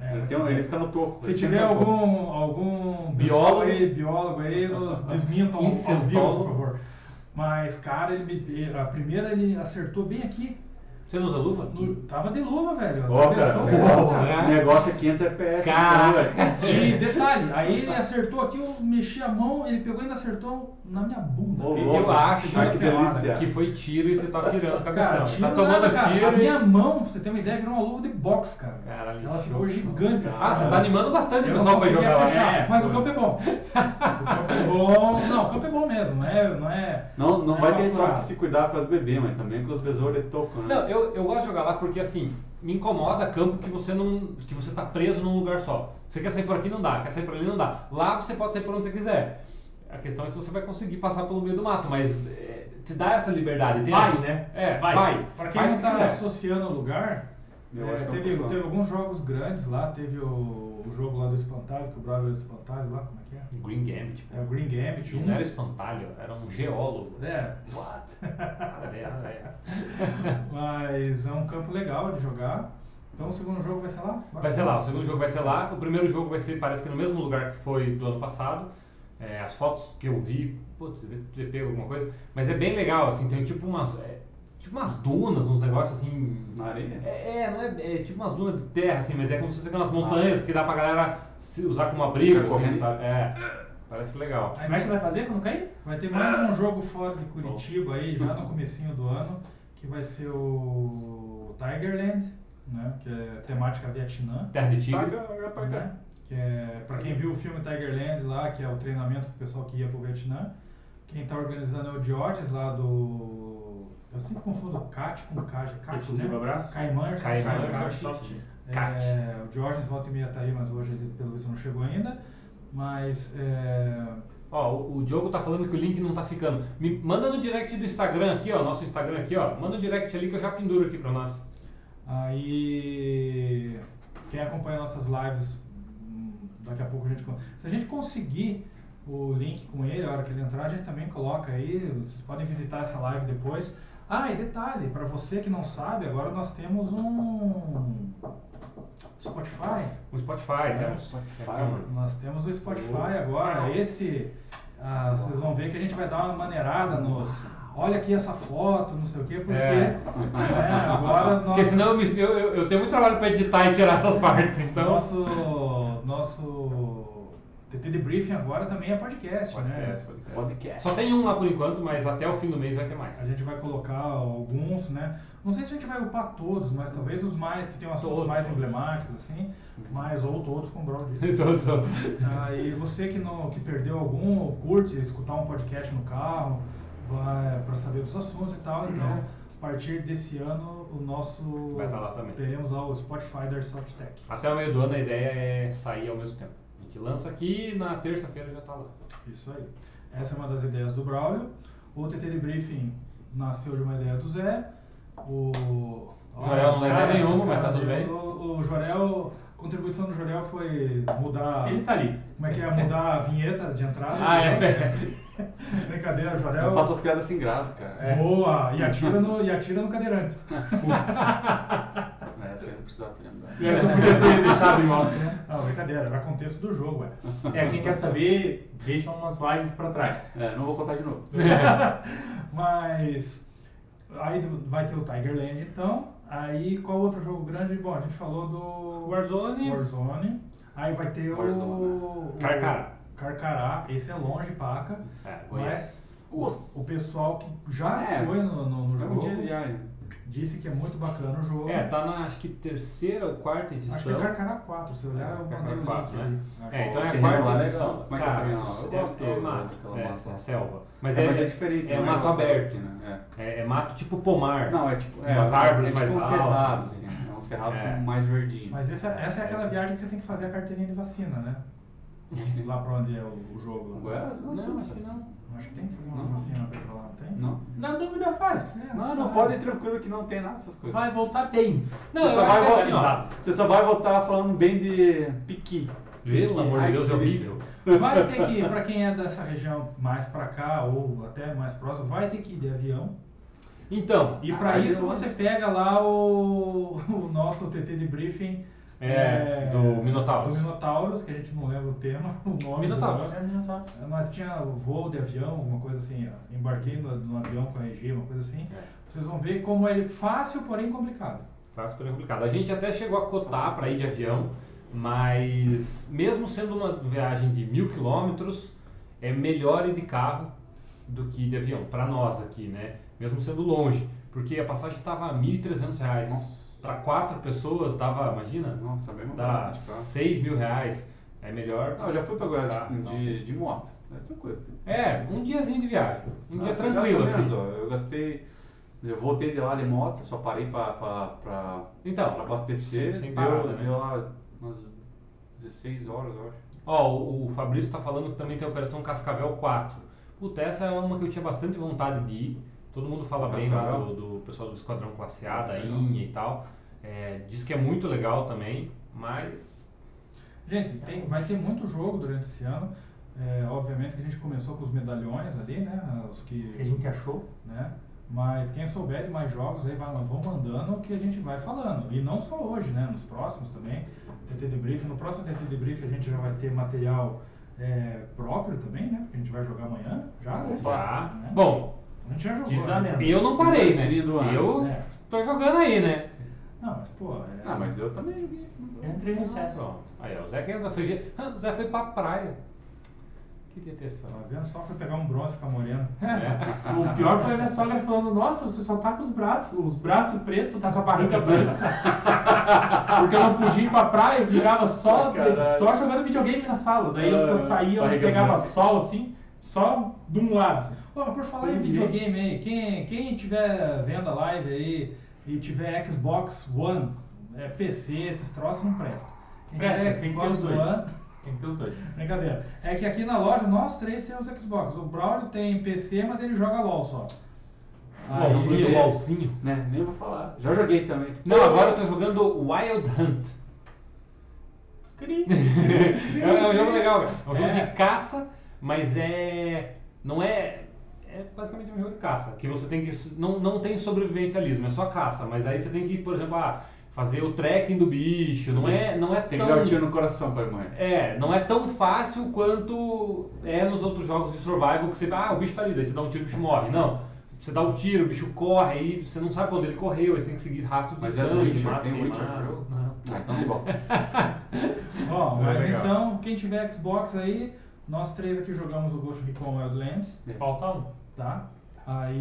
[SPEAKER 2] É,
[SPEAKER 4] ele,
[SPEAKER 2] mas-
[SPEAKER 4] tem um- ele fica no toco.
[SPEAKER 2] Se
[SPEAKER 4] ele
[SPEAKER 2] tiver
[SPEAKER 4] sempre no toco.
[SPEAKER 2] algum, algum
[SPEAKER 1] Biólogo.
[SPEAKER 2] biólogo aí, biólogo aí, nos desmintam ao, ao vivo,
[SPEAKER 1] Incentólogo.
[SPEAKER 2] por favor. Mas, cara, ele me, ele- a primeira ele acertou bem aqui.
[SPEAKER 1] Você não usa luva?
[SPEAKER 2] No- tava de luva, velho.
[SPEAKER 4] Ó, cara,
[SPEAKER 2] atravessou o
[SPEAKER 1] legal.
[SPEAKER 2] fogo,
[SPEAKER 1] Porra.
[SPEAKER 4] o negócio é 500 FPS.
[SPEAKER 1] Caraca.
[SPEAKER 4] então, velho.
[SPEAKER 2] E detalhe, aí ele acertou aqui, eu mexi a mão, ele pegou e ainda acertou na minha bunda.
[SPEAKER 4] Ô,
[SPEAKER 2] cara.
[SPEAKER 4] louco.
[SPEAKER 1] Eu acho
[SPEAKER 4] Ah, que delícia.
[SPEAKER 1] que foi tiro e você tá pirando a
[SPEAKER 2] Cara,
[SPEAKER 1] cabeção.
[SPEAKER 2] tiro
[SPEAKER 1] Tá tomando
[SPEAKER 2] nada, cara.
[SPEAKER 1] tiro.
[SPEAKER 2] A
[SPEAKER 1] e-
[SPEAKER 2] minha mão, pra você ter uma ideia, virou uma luva de boxe, cara.
[SPEAKER 1] Caralho,
[SPEAKER 2] Ela
[SPEAKER 1] show.
[SPEAKER 2] ficou gigante assim.
[SPEAKER 1] Ah, você tá animando bastante o
[SPEAKER 2] Eu
[SPEAKER 1] pessoal
[SPEAKER 2] não
[SPEAKER 1] pra jogar lá.
[SPEAKER 2] conseguia fechar,
[SPEAKER 1] É.
[SPEAKER 2] mas o campo é bom. O campo é bom. Não, o campo é bom mesmo, não é. Não é
[SPEAKER 4] Não, não
[SPEAKER 2] é
[SPEAKER 4] vai
[SPEAKER 2] uma
[SPEAKER 4] ter só
[SPEAKER 2] furada.
[SPEAKER 4] que se cuidar com as bebês, mas também com os besouros de toco, né?
[SPEAKER 1] Não, eu, eu gosto de jogar lá porque assim, me incomoda campo que você não. que você tá preso num lugar só. Você quer sair por aqui, não dá, quer sair por ali, não dá. Lá você pode sair por onde você quiser. A questão é se você vai conseguir passar pelo meio do mato, mas é, te dá essa liberdade. tem
[SPEAKER 3] Vai,
[SPEAKER 1] essa-
[SPEAKER 3] né?
[SPEAKER 1] É, vai.
[SPEAKER 3] Vai.
[SPEAKER 2] pra
[SPEAKER 1] Faz
[SPEAKER 2] quem
[SPEAKER 1] o
[SPEAKER 2] não
[SPEAKER 1] que
[SPEAKER 2] tá
[SPEAKER 1] quiser.
[SPEAKER 2] associando o lugar,
[SPEAKER 4] Eu
[SPEAKER 2] é,
[SPEAKER 4] acho que é um
[SPEAKER 2] teve,
[SPEAKER 4] pessoal.
[SPEAKER 2] teve alguns jogos grandes lá. Teve o, o jogo lá do Espantalho, que o Bravo era do Espantalho lá, como é que é?
[SPEAKER 1] Green Gambit, pô.
[SPEAKER 2] É o Green Gambit.
[SPEAKER 1] Não era
[SPEAKER 2] Um,
[SPEAKER 1] espantalho, era um geólogo.
[SPEAKER 2] é,
[SPEAKER 1] What? Nada a ver, nada a ver.
[SPEAKER 2] Tá né? mas é um campo legal de jogar. Então o segundo jogo vai ser lá?
[SPEAKER 1] Vai ser lá, o segundo jogo vai ser lá. O primeiro jogo vai ser, parece que no mesmo lugar que foi do ano passado. É, as fotos que eu vi, putz, deve ter pego alguma coisa. Mas é bem legal, assim, tem tipo umas, é, tipo umas dunas, uns negócios assim.
[SPEAKER 4] Na areia? Ah.
[SPEAKER 1] É, é, não é, é tipo umas dunas de terra, assim, mas é como se fosse aquelas montanhas que dá pra galera se usar como abrigo,
[SPEAKER 4] Ficar
[SPEAKER 1] assim,
[SPEAKER 4] correndo.
[SPEAKER 1] sabe? É, parece legal.
[SPEAKER 2] Aí
[SPEAKER 3] Como é que vai fazer quando cair?
[SPEAKER 2] Vai ter mais um jogo fora de Curitiba aí, já no comecinho do ano, que vai ser o Tigerland, né? Que é temática Vietnã.
[SPEAKER 1] Terra de tigre.
[SPEAKER 4] Paga, paga.
[SPEAKER 2] Né, que é, pra quem viu o filme Tigerland lá, que é o treinamento pro pessoal que ia pro Vietnã. Quem tá organizando é o Diotes lá do. Eu sempre confundo o CAT com o CAJ. CAT,
[SPEAKER 3] Inclusive,
[SPEAKER 2] né?
[SPEAKER 3] abraço.
[SPEAKER 2] Caiman, Airsoft
[SPEAKER 1] Caiman
[SPEAKER 2] Shop,
[SPEAKER 1] Airsoft
[SPEAKER 2] Shop.
[SPEAKER 1] Shop.
[SPEAKER 2] É,
[SPEAKER 1] Cat.
[SPEAKER 2] o Diotes volta e meia tá aí, mas hoje ele, pelo visto, não chegou ainda. Mas. é,
[SPEAKER 1] Ó, o o Diogo tá falando que o link não tá ficando. Me manda no direct do Instagram aqui, ó, nosso Instagram aqui, ó. Manda no direct ali que eu já penduro aqui pra nós.
[SPEAKER 2] Aí, quem acompanha nossas lives, hum, daqui a pouco a gente. con- Se a gente conseguir o link com ele, a hora que ele entrar, a gente também coloca aí, vocês podem visitar essa live depois. Ah, e detalhe, para você que não sabe, agora nós temos um Spotify.
[SPEAKER 1] O Spotify, né?
[SPEAKER 2] É,
[SPEAKER 1] temos.
[SPEAKER 4] Spotify.
[SPEAKER 1] temos.
[SPEAKER 2] Nós temos o Spotify agora. Esse, ah, vocês vão ver que a gente vai dar uma maneirada nos. Olha aqui essa foto, não sei o quê, porque
[SPEAKER 1] É.
[SPEAKER 2] né, agora nós.
[SPEAKER 1] Porque senão eu, me- eu, eu- eu tenho muito trabalho para editar e tirar
[SPEAKER 2] É.
[SPEAKER 1] essas partes, então.
[SPEAKER 2] Nosso, nosso TT Debriefing agora também é podcast, né?
[SPEAKER 1] Podcast, podcast.
[SPEAKER 4] Podcast.
[SPEAKER 1] Só tem um lá por enquanto, mas até o fim do mês vai ter mais.
[SPEAKER 2] A gente vai colocar alguns, né? Não sei se a gente vai upar todos, mas talvez os mais que tem assuntos
[SPEAKER 1] Todos,
[SPEAKER 2] mais
[SPEAKER 1] todos.
[SPEAKER 2] emblemáticos, assim, mas ou todos com brown disso.
[SPEAKER 1] Todos, todos.
[SPEAKER 2] Ah, e você que, não, que perdeu algum, curte escutar um podcast no carro, vai para saber dos assuntos e tal. Então, a partir desse ano, o nosso.
[SPEAKER 1] Vai tá lá também.
[SPEAKER 2] Teremos lá o Spotify da Airsoft Tech.
[SPEAKER 1] Até o meio do ano a ideia é sair ao mesmo tempo. A gente lança aqui e na terça-feira já tá lá.
[SPEAKER 2] Isso aí. Essa é uma das ideias do Braulio. O TT Debriefing nasceu de uma ideia do Zé. O.
[SPEAKER 1] O Jorel não leva
[SPEAKER 2] Cara,
[SPEAKER 1] nenhuma, mas
[SPEAKER 2] cara,
[SPEAKER 1] tá tudo bem.
[SPEAKER 2] O, o Jorel. A contribuição do Jorel foi mudar.
[SPEAKER 3] Ele tá ali.
[SPEAKER 2] Como é que é? Mudar a vinheta de entrada.
[SPEAKER 1] Ah, é.
[SPEAKER 2] Brincadeira, Jorel. É.
[SPEAKER 4] Eu faço as piadas sem graça, cara.
[SPEAKER 2] Boa! E atira no, e atira no cadeirante.
[SPEAKER 4] É, Essa eu não precisava treinar.
[SPEAKER 3] E essa eu podia ter deixado em alto, né?
[SPEAKER 2] Não, brincadeira, era contexto do jogo, é.
[SPEAKER 3] É, quem quer saber, deixa umas lives pra trás.
[SPEAKER 4] É, não vou contar de novo.
[SPEAKER 2] Mas aí vai ter o Tigerland então. Aí qual outro jogo grande? Bom, a gente falou do
[SPEAKER 1] Warzone.
[SPEAKER 2] Warzone. Aí vai ter o.
[SPEAKER 4] Warzone.
[SPEAKER 1] Carcará.
[SPEAKER 2] o Carcará, esse é longe, paca.
[SPEAKER 1] É, Goiás.
[SPEAKER 2] Mas
[SPEAKER 4] Nossa.
[SPEAKER 2] o pessoal que já
[SPEAKER 4] É.
[SPEAKER 2] foi no, no- no
[SPEAKER 4] É um
[SPEAKER 2] jogo
[SPEAKER 4] dia diário.
[SPEAKER 2] disse que é muito bacana o jogo.
[SPEAKER 1] É, tá na acho que terceira ou quarta edição.
[SPEAKER 2] Acho que é Carcará 4, se olhar, eu
[SPEAKER 1] Carcará
[SPEAKER 2] mandei o link
[SPEAKER 1] 4,
[SPEAKER 2] aí.
[SPEAKER 1] né?
[SPEAKER 2] Acho
[SPEAKER 1] É, então é a
[SPEAKER 4] Porque
[SPEAKER 1] quarta
[SPEAKER 4] não é
[SPEAKER 1] edição.
[SPEAKER 4] legal. Mas
[SPEAKER 1] Cara,
[SPEAKER 4] também não, eu
[SPEAKER 1] é-
[SPEAKER 4] gosto
[SPEAKER 1] é,
[SPEAKER 4] do-
[SPEAKER 1] mato,
[SPEAKER 4] daquela
[SPEAKER 1] é,
[SPEAKER 4] massa.
[SPEAKER 1] é selva. Mas
[SPEAKER 4] Mas
[SPEAKER 1] é,
[SPEAKER 4] é, diferente.
[SPEAKER 1] É
[SPEAKER 4] não
[SPEAKER 1] mato
[SPEAKER 4] nossa
[SPEAKER 1] aberto.
[SPEAKER 4] aqui, né?
[SPEAKER 1] É, é mato tipo pomar.
[SPEAKER 4] É. Não, é tipo. É,
[SPEAKER 1] Umas árvores
[SPEAKER 4] é tipo
[SPEAKER 1] mais
[SPEAKER 4] um
[SPEAKER 1] altas.
[SPEAKER 4] cerrado, assim. É um cerrado
[SPEAKER 1] É.
[SPEAKER 4] com mais verdinho.
[SPEAKER 2] Mas essa, essa é aquela viagem que você tem que fazer a carteirinha de vacina, né? Lá pra onde é o, o jogo.
[SPEAKER 4] O Goiás? Não,
[SPEAKER 1] Não,
[SPEAKER 4] acho que não.
[SPEAKER 2] Acho que tem que fazer umas
[SPEAKER 4] Não.
[SPEAKER 2] vacinas pra ir pra lá, não tem?
[SPEAKER 4] Não? Na dúvida faz.
[SPEAKER 2] É,
[SPEAKER 4] não,
[SPEAKER 2] não
[SPEAKER 4] não
[SPEAKER 2] sabe.
[SPEAKER 4] pode ir tranquilo que não tem nada dessas coisas.
[SPEAKER 3] Vai voltar bem.
[SPEAKER 1] Não,
[SPEAKER 4] você,
[SPEAKER 1] eu
[SPEAKER 4] só
[SPEAKER 1] acho
[SPEAKER 4] vai
[SPEAKER 1] que é assim,
[SPEAKER 4] voltar,
[SPEAKER 1] ó.
[SPEAKER 4] você só vai voltar falando bem de piqui.
[SPEAKER 1] Pelo amor de
[SPEAKER 4] Ai,
[SPEAKER 1] Deus, é
[SPEAKER 4] que
[SPEAKER 1] horrível.
[SPEAKER 2] Vai ter que, pra quem é dessa região mais pra cá ou até mais próximo, vai ter que ir de avião.
[SPEAKER 1] Então,
[SPEAKER 2] E pra
[SPEAKER 4] Ah,
[SPEAKER 2] isso
[SPEAKER 4] avião.
[SPEAKER 2] você pega lá o, o nosso TT de briefing.
[SPEAKER 1] É, do Minotauros.
[SPEAKER 2] Do Minotauros, que a gente não lembra o tema, o nome.
[SPEAKER 1] Minotauros.
[SPEAKER 4] tá
[SPEAKER 1] né?
[SPEAKER 2] do nome. Mas tinha o voo de avião, alguma coisa assim, ó. embarquei no, no avião com a Regi, uma coisa assim.
[SPEAKER 1] É.
[SPEAKER 2] Vocês vão ver como ele é fácil, porém complicado.
[SPEAKER 1] Fácil, porém Tá complicado. A gente até chegou a cotar para ir de avião, mas mesmo sendo uma viagem de mil quilômetros, é melhor ir de carro do que ir de avião, para nós aqui, né? Mesmo sendo longe, porque a passagem estava a 1.300 reais.
[SPEAKER 4] Nossa.
[SPEAKER 1] Para quatro pessoas dava, imagina,
[SPEAKER 4] Nossa, bem
[SPEAKER 1] dá
[SPEAKER 4] barato, tipo.
[SPEAKER 1] 6 mil reais. É melhor.
[SPEAKER 4] Não, eu já fui pra Goiás um
[SPEAKER 1] Tá,
[SPEAKER 4] de,
[SPEAKER 1] então.
[SPEAKER 4] de moto. É tranquilo.
[SPEAKER 1] É, um diazinho de viagem. Um dia
[SPEAKER 4] Nossa,
[SPEAKER 1] tranquilo,
[SPEAKER 4] eu gastei
[SPEAKER 1] assim.
[SPEAKER 4] menos, ó. Eu gastei. Eu voltei de lá de moto, só parei pra, pra, pra, pra
[SPEAKER 1] Então,
[SPEAKER 4] abastecer.
[SPEAKER 1] sem- sem
[SPEAKER 4] deu,
[SPEAKER 1] parada, né?
[SPEAKER 4] deu lá umas 16 horas, eu acho.
[SPEAKER 1] Ó, o o Fabrício tá falando que também tem a Operação Cascavel 4. Puta, essa é uma que eu tinha bastante vontade de ir. Todo mundo fala bem lá
[SPEAKER 4] Cascavel?
[SPEAKER 1] do, do pessoal do Esquadrão Classe A, da
[SPEAKER 4] Cascavel.
[SPEAKER 1] Inha e tal. É, diz que é muito legal também, mas.
[SPEAKER 2] Gente, tem- vai ter muito jogo durante esse ano. É, obviamente que a gente começou com os medalhões ali, né? Os
[SPEAKER 3] O que a
[SPEAKER 2] que.
[SPEAKER 3] gente achou?
[SPEAKER 2] Né? Mas quem souber de mais jogos aí, vai, vão mandando que a gente vai falando. E não só hoje, né? Nos próximos também. TT Debrief. No próximo TT Debrief a gente já vai ter material é, próprio também, né? Porque a gente vai jogar amanhã já. né?
[SPEAKER 1] Já.
[SPEAKER 2] Né?
[SPEAKER 1] Bom,
[SPEAKER 2] a gente já jogou.
[SPEAKER 3] Diz a
[SPEAKER 2] né?
[SPEAKER 3] lenda.
[SPEAKER 1] e eu não parei, né?
[SPEAKER 4] Destinado do ano.
[SPEAKER 1] Eu
[SPEAKER 2] É.
[SPEAKER 1] tô jogando aí, né?
[SPEAKER 2] Não, mas pô. É...
[SPEAKER 4] Ah, mas eu também joguei.
[SPEAKER 3] Eu entrei em
[SPEAKER 4] É.
[SPEAKER 3] recesso.
[SPEAKER 1] Pronto. Aí, ó, o Zé que ainda foi. Ah, O Zé foi pra praia. Que detenção.
[SPEAKER 2] Tá vendo? Só foi pegar um bronze e ficar moreno.
[SPEAKER 1] É.
[SPEAKER 3] O pior foi a minha sogra falando, nossa, você só tá com os braços, os braços pretos, tá com a barriga branca. Porque eu não podia ir pra praia, eu virava só,
[SPEAKER 1] Caralho.
[SPEAKER 3] só jogando videogame na sala. Daí eu só
[SPEAKER 1] Ah,
[SPEAKER 3] saía, eu
[SPEAKER 1] barriga
[SPEAKER 3] pegava
[SPEAKER 1] branca.
[SPEAKER 3] sol assim, só de um lado. assim.
[SPEAKER 2] Pô, por falar
[SPEAKER 3] Hoje
[SPEAKER 2] em
[SPEAKER 3] em
[SPEAKER 2] videogame aí, quem, quem tiver vendo a live aí e tiver Xbox One, é, PC, esses troços não presta. Quem
[SPEAKER 3] Presta,
[SPEAKER 2] tiver
[SPEAKER 3] tem que ter
[SPEAKER 2] Xbox
[SPEAKER 3] os dois.
[SPEAKER 2] One-
[SPEAKER 3] Tem que ter os dois.
[SPEAKER 2] brincadeira. É que aqui na loja nós três temos Xbox. O Braulio tem PC, mas ele joga LOL só. Aí-
[SPEAKER 1] LOLzinho, LOLzinho.
[SPEAKER 4] Né? Nem vou falar. Já joguei também.
[SPEAKER 1] Não, agora eu tô jogando Wild Hunt.
[SPEAKER 3] Cri.
[SPEAKER 1] é, é um jogo legal, cara. É um jogo
[SPEAKER 3] É.
[SPEAKER 1] de caça Mas é. Não é. É basicamente um jogo de caça. Que você tem que. Não, não tem sobrevivencialismo, é só caça. Mas aí você tem que, por exemplo, ah, fazer o trekking do bicho. Não é, não é
[SPEAKER 4] Tem que
[SPEAKER 1] tão.
[SPEAKER 4] dar um tiro no coração pra morrer.
[SPEAKER 1] É, não é tão fácil quanto é nos outros jogos de survival que você, ah, o bicho tá ali, daí você dá um tiro, o bicho morre. Não. Você dá o tiro, o bicho corre, aí você não sabe pra onde ele correu, aí você tem que seguir rastro de
[SPEAKER 4] Mas é do
[SPEAKER 1] sangue,
[SPEAKER 4] Witcher,
[SPEAKER 1] mata
[SPEAKER 4] tem
[SPEAKER 1] queimado.
[SPEAKER 4] Witcher, eu-
[SPEAKER 1] Não.
[SPEAKER 4] Ah, então não gosto.
[SPEAKER 2] Ó,
[SPEAKER 1] É
[SPEAKER 2] mas
[SPEAKER 1] legal.
[SPEAKER 2] então, quem tiver Xbox aí, nós três aqui jogamos o Ghost Recon Wildlands,
[SPEAKER 3] Falta um.
[SPEAKER 2] tá?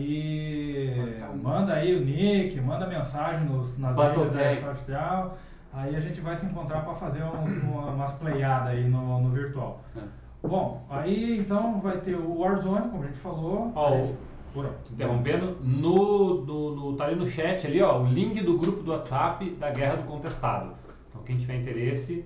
[SPEAKER 2] Aí manda aí o nick, manda mensagem nos, nas
[SPEAKER 4] Battletech.
[SPEAKER 2] mídias da Airsoft social. Aí a gente vai se encontrar para fazer uns- uma- umas playadas aí no, no virtual.
[SPEAKER 1] É.
[SPEAKER 4] Né,
[SPEAKER 2] Bom, aí então vai ter o Warzone, como a gente falou.
[SPEAKER 1] Ó,
[SPEAKER 2] A
[SPEAKER 1] o-
[SPEAKER 2] gente- Oi.
[SPEAKER 1] Interrompendo, no, no, no- tá ali no chat ali, ó, o link do grupo do WhatsApp da Guerra do Contestado. Então quem tiver interesse,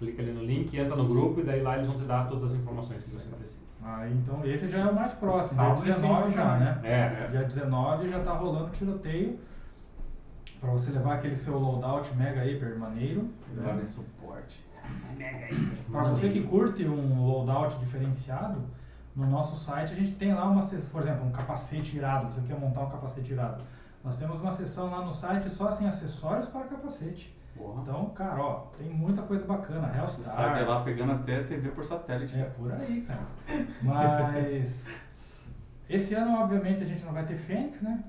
[SPEAKER 1] clica ali no link, entra no grupo e daí lá eles vão te dar todas as informações que você precisa.
[SPEAKER 2] Aí então esse já é o mais próximo, dia
[SPEAKER 3] Salve,
[SPEAKER 2] 19 já,
[SPEAKER 3] senhor.
[SPEAKER 2] né?
[SPEAKER 1] É,
[SPEAKER 2] Dia 19 já tá rolando tiroteio. Pra você levar aquele seu loadout mega hiper maneiro.
[SPEAKER 1] É.
[SPEAKER 2] né?
[SPEAKER 4] Vai ver suporte.
[SPEAKER 2] Pra você que curte um loadout diferenciado, no nosso site a gente tem lá uma seção, por exemplo, um capacete irado. Você quer montar um capacete irado? Nós temos uma seção lá no site só assim, acessórios para capacete.
[SPEAKER 4] Porra.
[SPEAKER 2] Então, cara, ó, tem muita coisa bacana.
[SPEAKER 4] Você sai de
[SPEAKER 1] tá.
[SPEAKER 2] Hellstar.
[SPEAKER 4] lá pegando até TV por satélite.
[SPEAKER 2] É por aí, cara. Mas esse ano, obviamente, a gente não vai ter Fênix, né?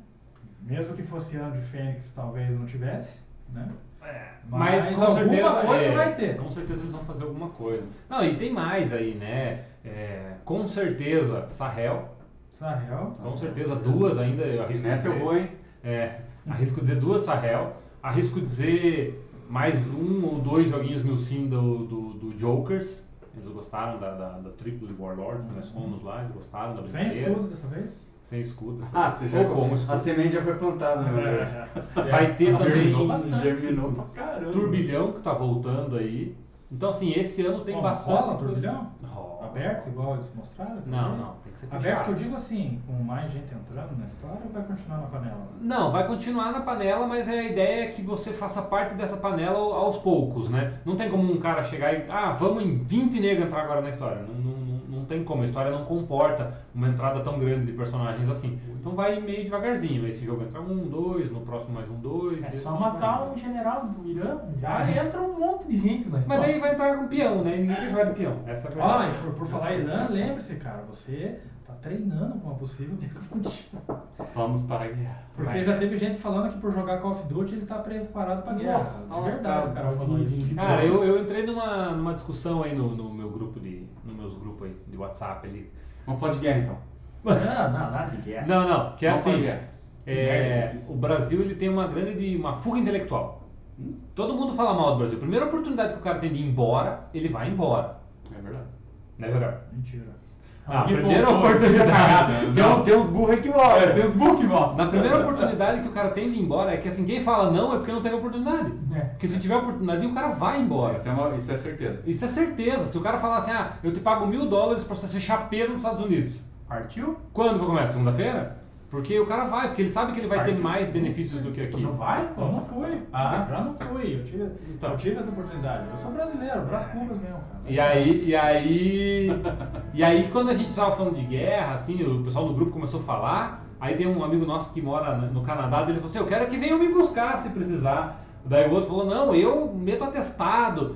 [SPEAKER 2] Mesmo que fosse ano de Fênix, talvez não tivesse, né?
[SPEAKER 1] É, Mas,
[SPEAKER 2] Mas
[SPEAKER 1] com
[SPEAKER 2] alguma
[SPEAKER 1] certeza
[SPEAKER 2] coisa
[SPEAKER 1] é,
[SPEAKER 2] vai ter.
[SPEAKER 1] Com certeza eles vão fazer alguma coisa. Não, e tem mais aí, né? É, com certeza, Sahel.
[SPEAKER 2] Israel.
[SPEAKER 1] Com certeza, duas ainda. Eu arrisco
[SPEAKER 4] Uhum. Nessa eu
[SPEAKER 1] dizer.
[SPEAKER 4] vou, hein?
[SPEAKER 1] É, arrisco dizer duas Sahel. Arrisco dizer mais um ou dois joguinhos mil sim do, do, do Jokers. Eles gostaram da, da, da triplo de Warlords que
[SPEAKER 4] Uhum.
[SPEAKER 1] nós fomos lá, eles gostaram da
[SPEAKER 2] Sem
[SPEAKER 1] brincadeira.
[SPEAKER 2] escudo dessa vez?
[SPEAKER 1] Sem escudo. essa-
[SPEAKER 4] Ah, você já.
[SPEAKER 1] Ou com escudo.
[SPEAKER 4] A semente já foi plantada, né?
[SPEAKER 1] Vai ter também
[SPEAKER 4] Germinou bastante. Germinou pra caramba.
[SPEAKER 1] Turbilhão que tá voltando aí. Então, assim, esse ano tem
[SPEAKER 2] Ó,
[SPEAKER 1] bastante.
[SPEAKER 2] rola
[SPEAKER 1] coisa.
[SPEAKER 2] turbilhão?
[SPEAKER 1] Rola.
[SPEAKER 2] Aberto, igual eles mostraram?
[SPEAKER 1] Não,
[SPEAKER 2] talvez?
[SPEAKER 1] não, tem que ser
[SPEAKER 2] Aberto que
[SPEAKER 1] fechado.
[SPEAKER 2] eu digo assim, com mais gente entrando na história ou vai continuar na panela?
[SPEAKER 1] Não, vai continuar na panela, mas a ideia é que você faça parte dessa panela aos poucos, né? Não tem como um cara chegar e. Ah, vamos em 20 negros entrar agora na história. Não, não, não- não tem como, a história não comporta uma entrada tão grande de personagens assim. Então vai meio devagarzinho. Esse jogo entra um, dois, no próximo mais um, dois.
[SPEAKER 3] É
[SPEAKER 1] e
[SPEAKER 3] só
[SPEAKER 1] assim
[SPEAKER 3] matar
[SPEAKER 1] vai.
[SPEAKER 3] um general do Irã, já entra um monte de gente na
[SPEAKER 1] Mas
[SPEAKER 3] história.
[SPEAKER 1] daí vai entrar com peão, né? E Ninguém quer jogar de peão. Essa é a
[SPEAKER 2] Ó,
[SPEAKER 1] verdade.
[SPEAKER 2] e por, por falar em Irã, lembre-se, cara, você tá treinando com uma possível guerra mundial.
[SPEAKER 4] Vamos para a guerra.
[SPEAKER 2] Porque
[SPEAKER 1] Vai.
[SPEAKER 2] já teve gente falando que por jogar Call of Duty ele tá preparado pra guerra.
[SPEAKER 3] Nossa,
[SPEAKER 2] de
[SPEAKER 3] nossa,
[SPEAKER 2] verdade, o cara
[SPEAKER 3] cara,
[SPEAKER 2] falou
[SPEAKER 3] de-
[SPEAKER 2] isso.
[SPEAKER 3] de-
[SPEAKER 1] Cara, eu, eu entrei numa, numa discussão aí no, no meu grupo de. no meus grupos aí de WhatsApp ali.
[SPEAKER 4] Vamos falar de guerra então.
[SPEAKER 2] Não, não, nada de guerra.
[SPEAKER 1] Não, não, que é
[SPEAKER 4] Vamos falar de
[SPEAKER 1] assim.
[SPEAKER 4] guerra.
[SPEAKER 1] É, o Brasil ele tem uma grande de- uma fuga intelectual. Todo mundo fala mal do Brasil. Primeira oportunidade que o cara tem de ir embora, ele vai embora.
[SPEAKER 4] É verdade.
[SPEAKER 1] Né, Jorel?
[SPEAKER 2] Mentira.
[SPEAKER 1] Ah,
[SPEAKER 3] Alguém
[SPEAKER 1] primeira
[SPEAKER 3] voltou,
[SPEAKER 1] oportunidade.
[SPEAKER 3] tá
[SPEAKER 1] Tem um-
[SPEAKER 4] tem uns burros aqui, ó.
[SPEAKER 3] É, tem os book, volta.
[SPEAKER 1] Na primeira oportunidade que o cara tem de ir embora, é que assim, quem fala não é porque não teve oportunidade.
[SPEAKER 3] É.
[SPEAKER 1] Porque se tiver oportunidade, o cara vai embora.
[SPEAKER 4] Isso é, uma, isso é certeza.
[SPEAKER 1] Isso é certeza. Se o cara falar assim, ah, eu te pago mil dólares pra você ser chapeiro nos Estados Unidos.
[SPEAKER 3] Partiu?
[SPEAKER 1] Quando que começa? Segunda-feira? Porque o cara vai, porque ele sabe que ele vai ter
[SPEAKER 3] Partiu.
[SPEAKER 1] mais benefícios do que aqui.
[SPEAKER 3] Não vai?
[SPEAKER 2] Eu não fui.
[SPEAKER 1] Ah.
[SPEAKER 2] Já não fui. Eu tive,
[SPEAKER 1] Então.
[SPEAKER 2] eu tive essa oportunidade. Eu sou brasileiro, Brás
[SPEAKER 1] É.
[SPEAKER 2] Cubas mesmo, cara.
[SPEAKER 1] E aí, e aí, e aí quando a gente estava falando de guerra, assim, o pessoal no grupo começou a falar, aí tem um amigo nosso que mora no no Canadá, ele falou assim, eu quero que venham me buscar se precisar. Daí o outro falou, não, eu meto atestado.